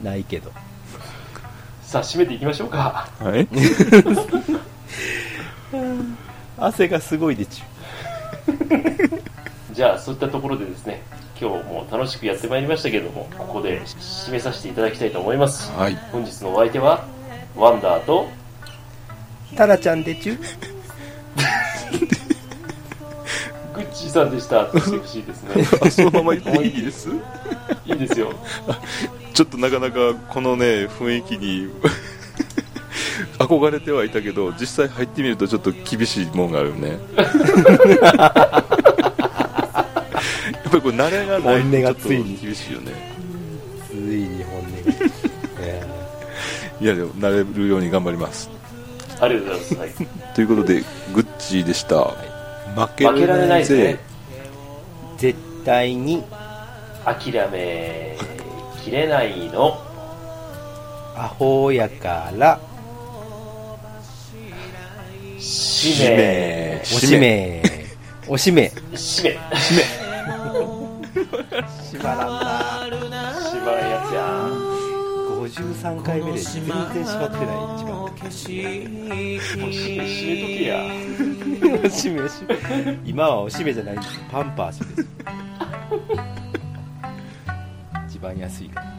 S2: ないけど
S3: さあ、締めていきましょうか。
S4: はい
S2: 汗がすごいでチュ
S3: じゃあ、そういったところでですね、今日も楽しくやってまいりましたけども、ここで締めさせていただきたいと思います。
S4: はい
S3: 本日のお相手は、ワンダーと、
S2: タラちゃんでチュ
S3: グッチーさんでした。セクシーですね。
S4: あそのまま言っていいです
S3: いいですよ。
S4: ちょっとなかなかこのね雰囲気に 憧れてはいたけど実際入ってみるとちょっと厳しいもんがある よねやっぱりこれ慣れがない
S2: 本音が
S4: と
S2: つ
S4: ち
S2: い
S4: ょっ
S2: に
S4: と厳しいよね
S2: ついに本音が、えー
S4: いやでも慣れるように頑張ります
S3: ありがとうございます。はい
S4: ということでグッチーでした、負け
S3: 負けら
S4: ら
S3: れ
S4: れ
S3: な
S4: ない
S3: で
S4: い
S3: すね
S4: ぜ。
S2: 絶対に
S3: 諦めきれないの
S2: アホやから
S3: 使命
S2: おしめおしめ
S3: 使命
S2: しばらく
S3: しまうやつや
S2: 53回目で全然縛ってない一番
S3: もう使命締めとけや
S2: おしめおしめ今はおしめじゃないんですパンパースです一番安いから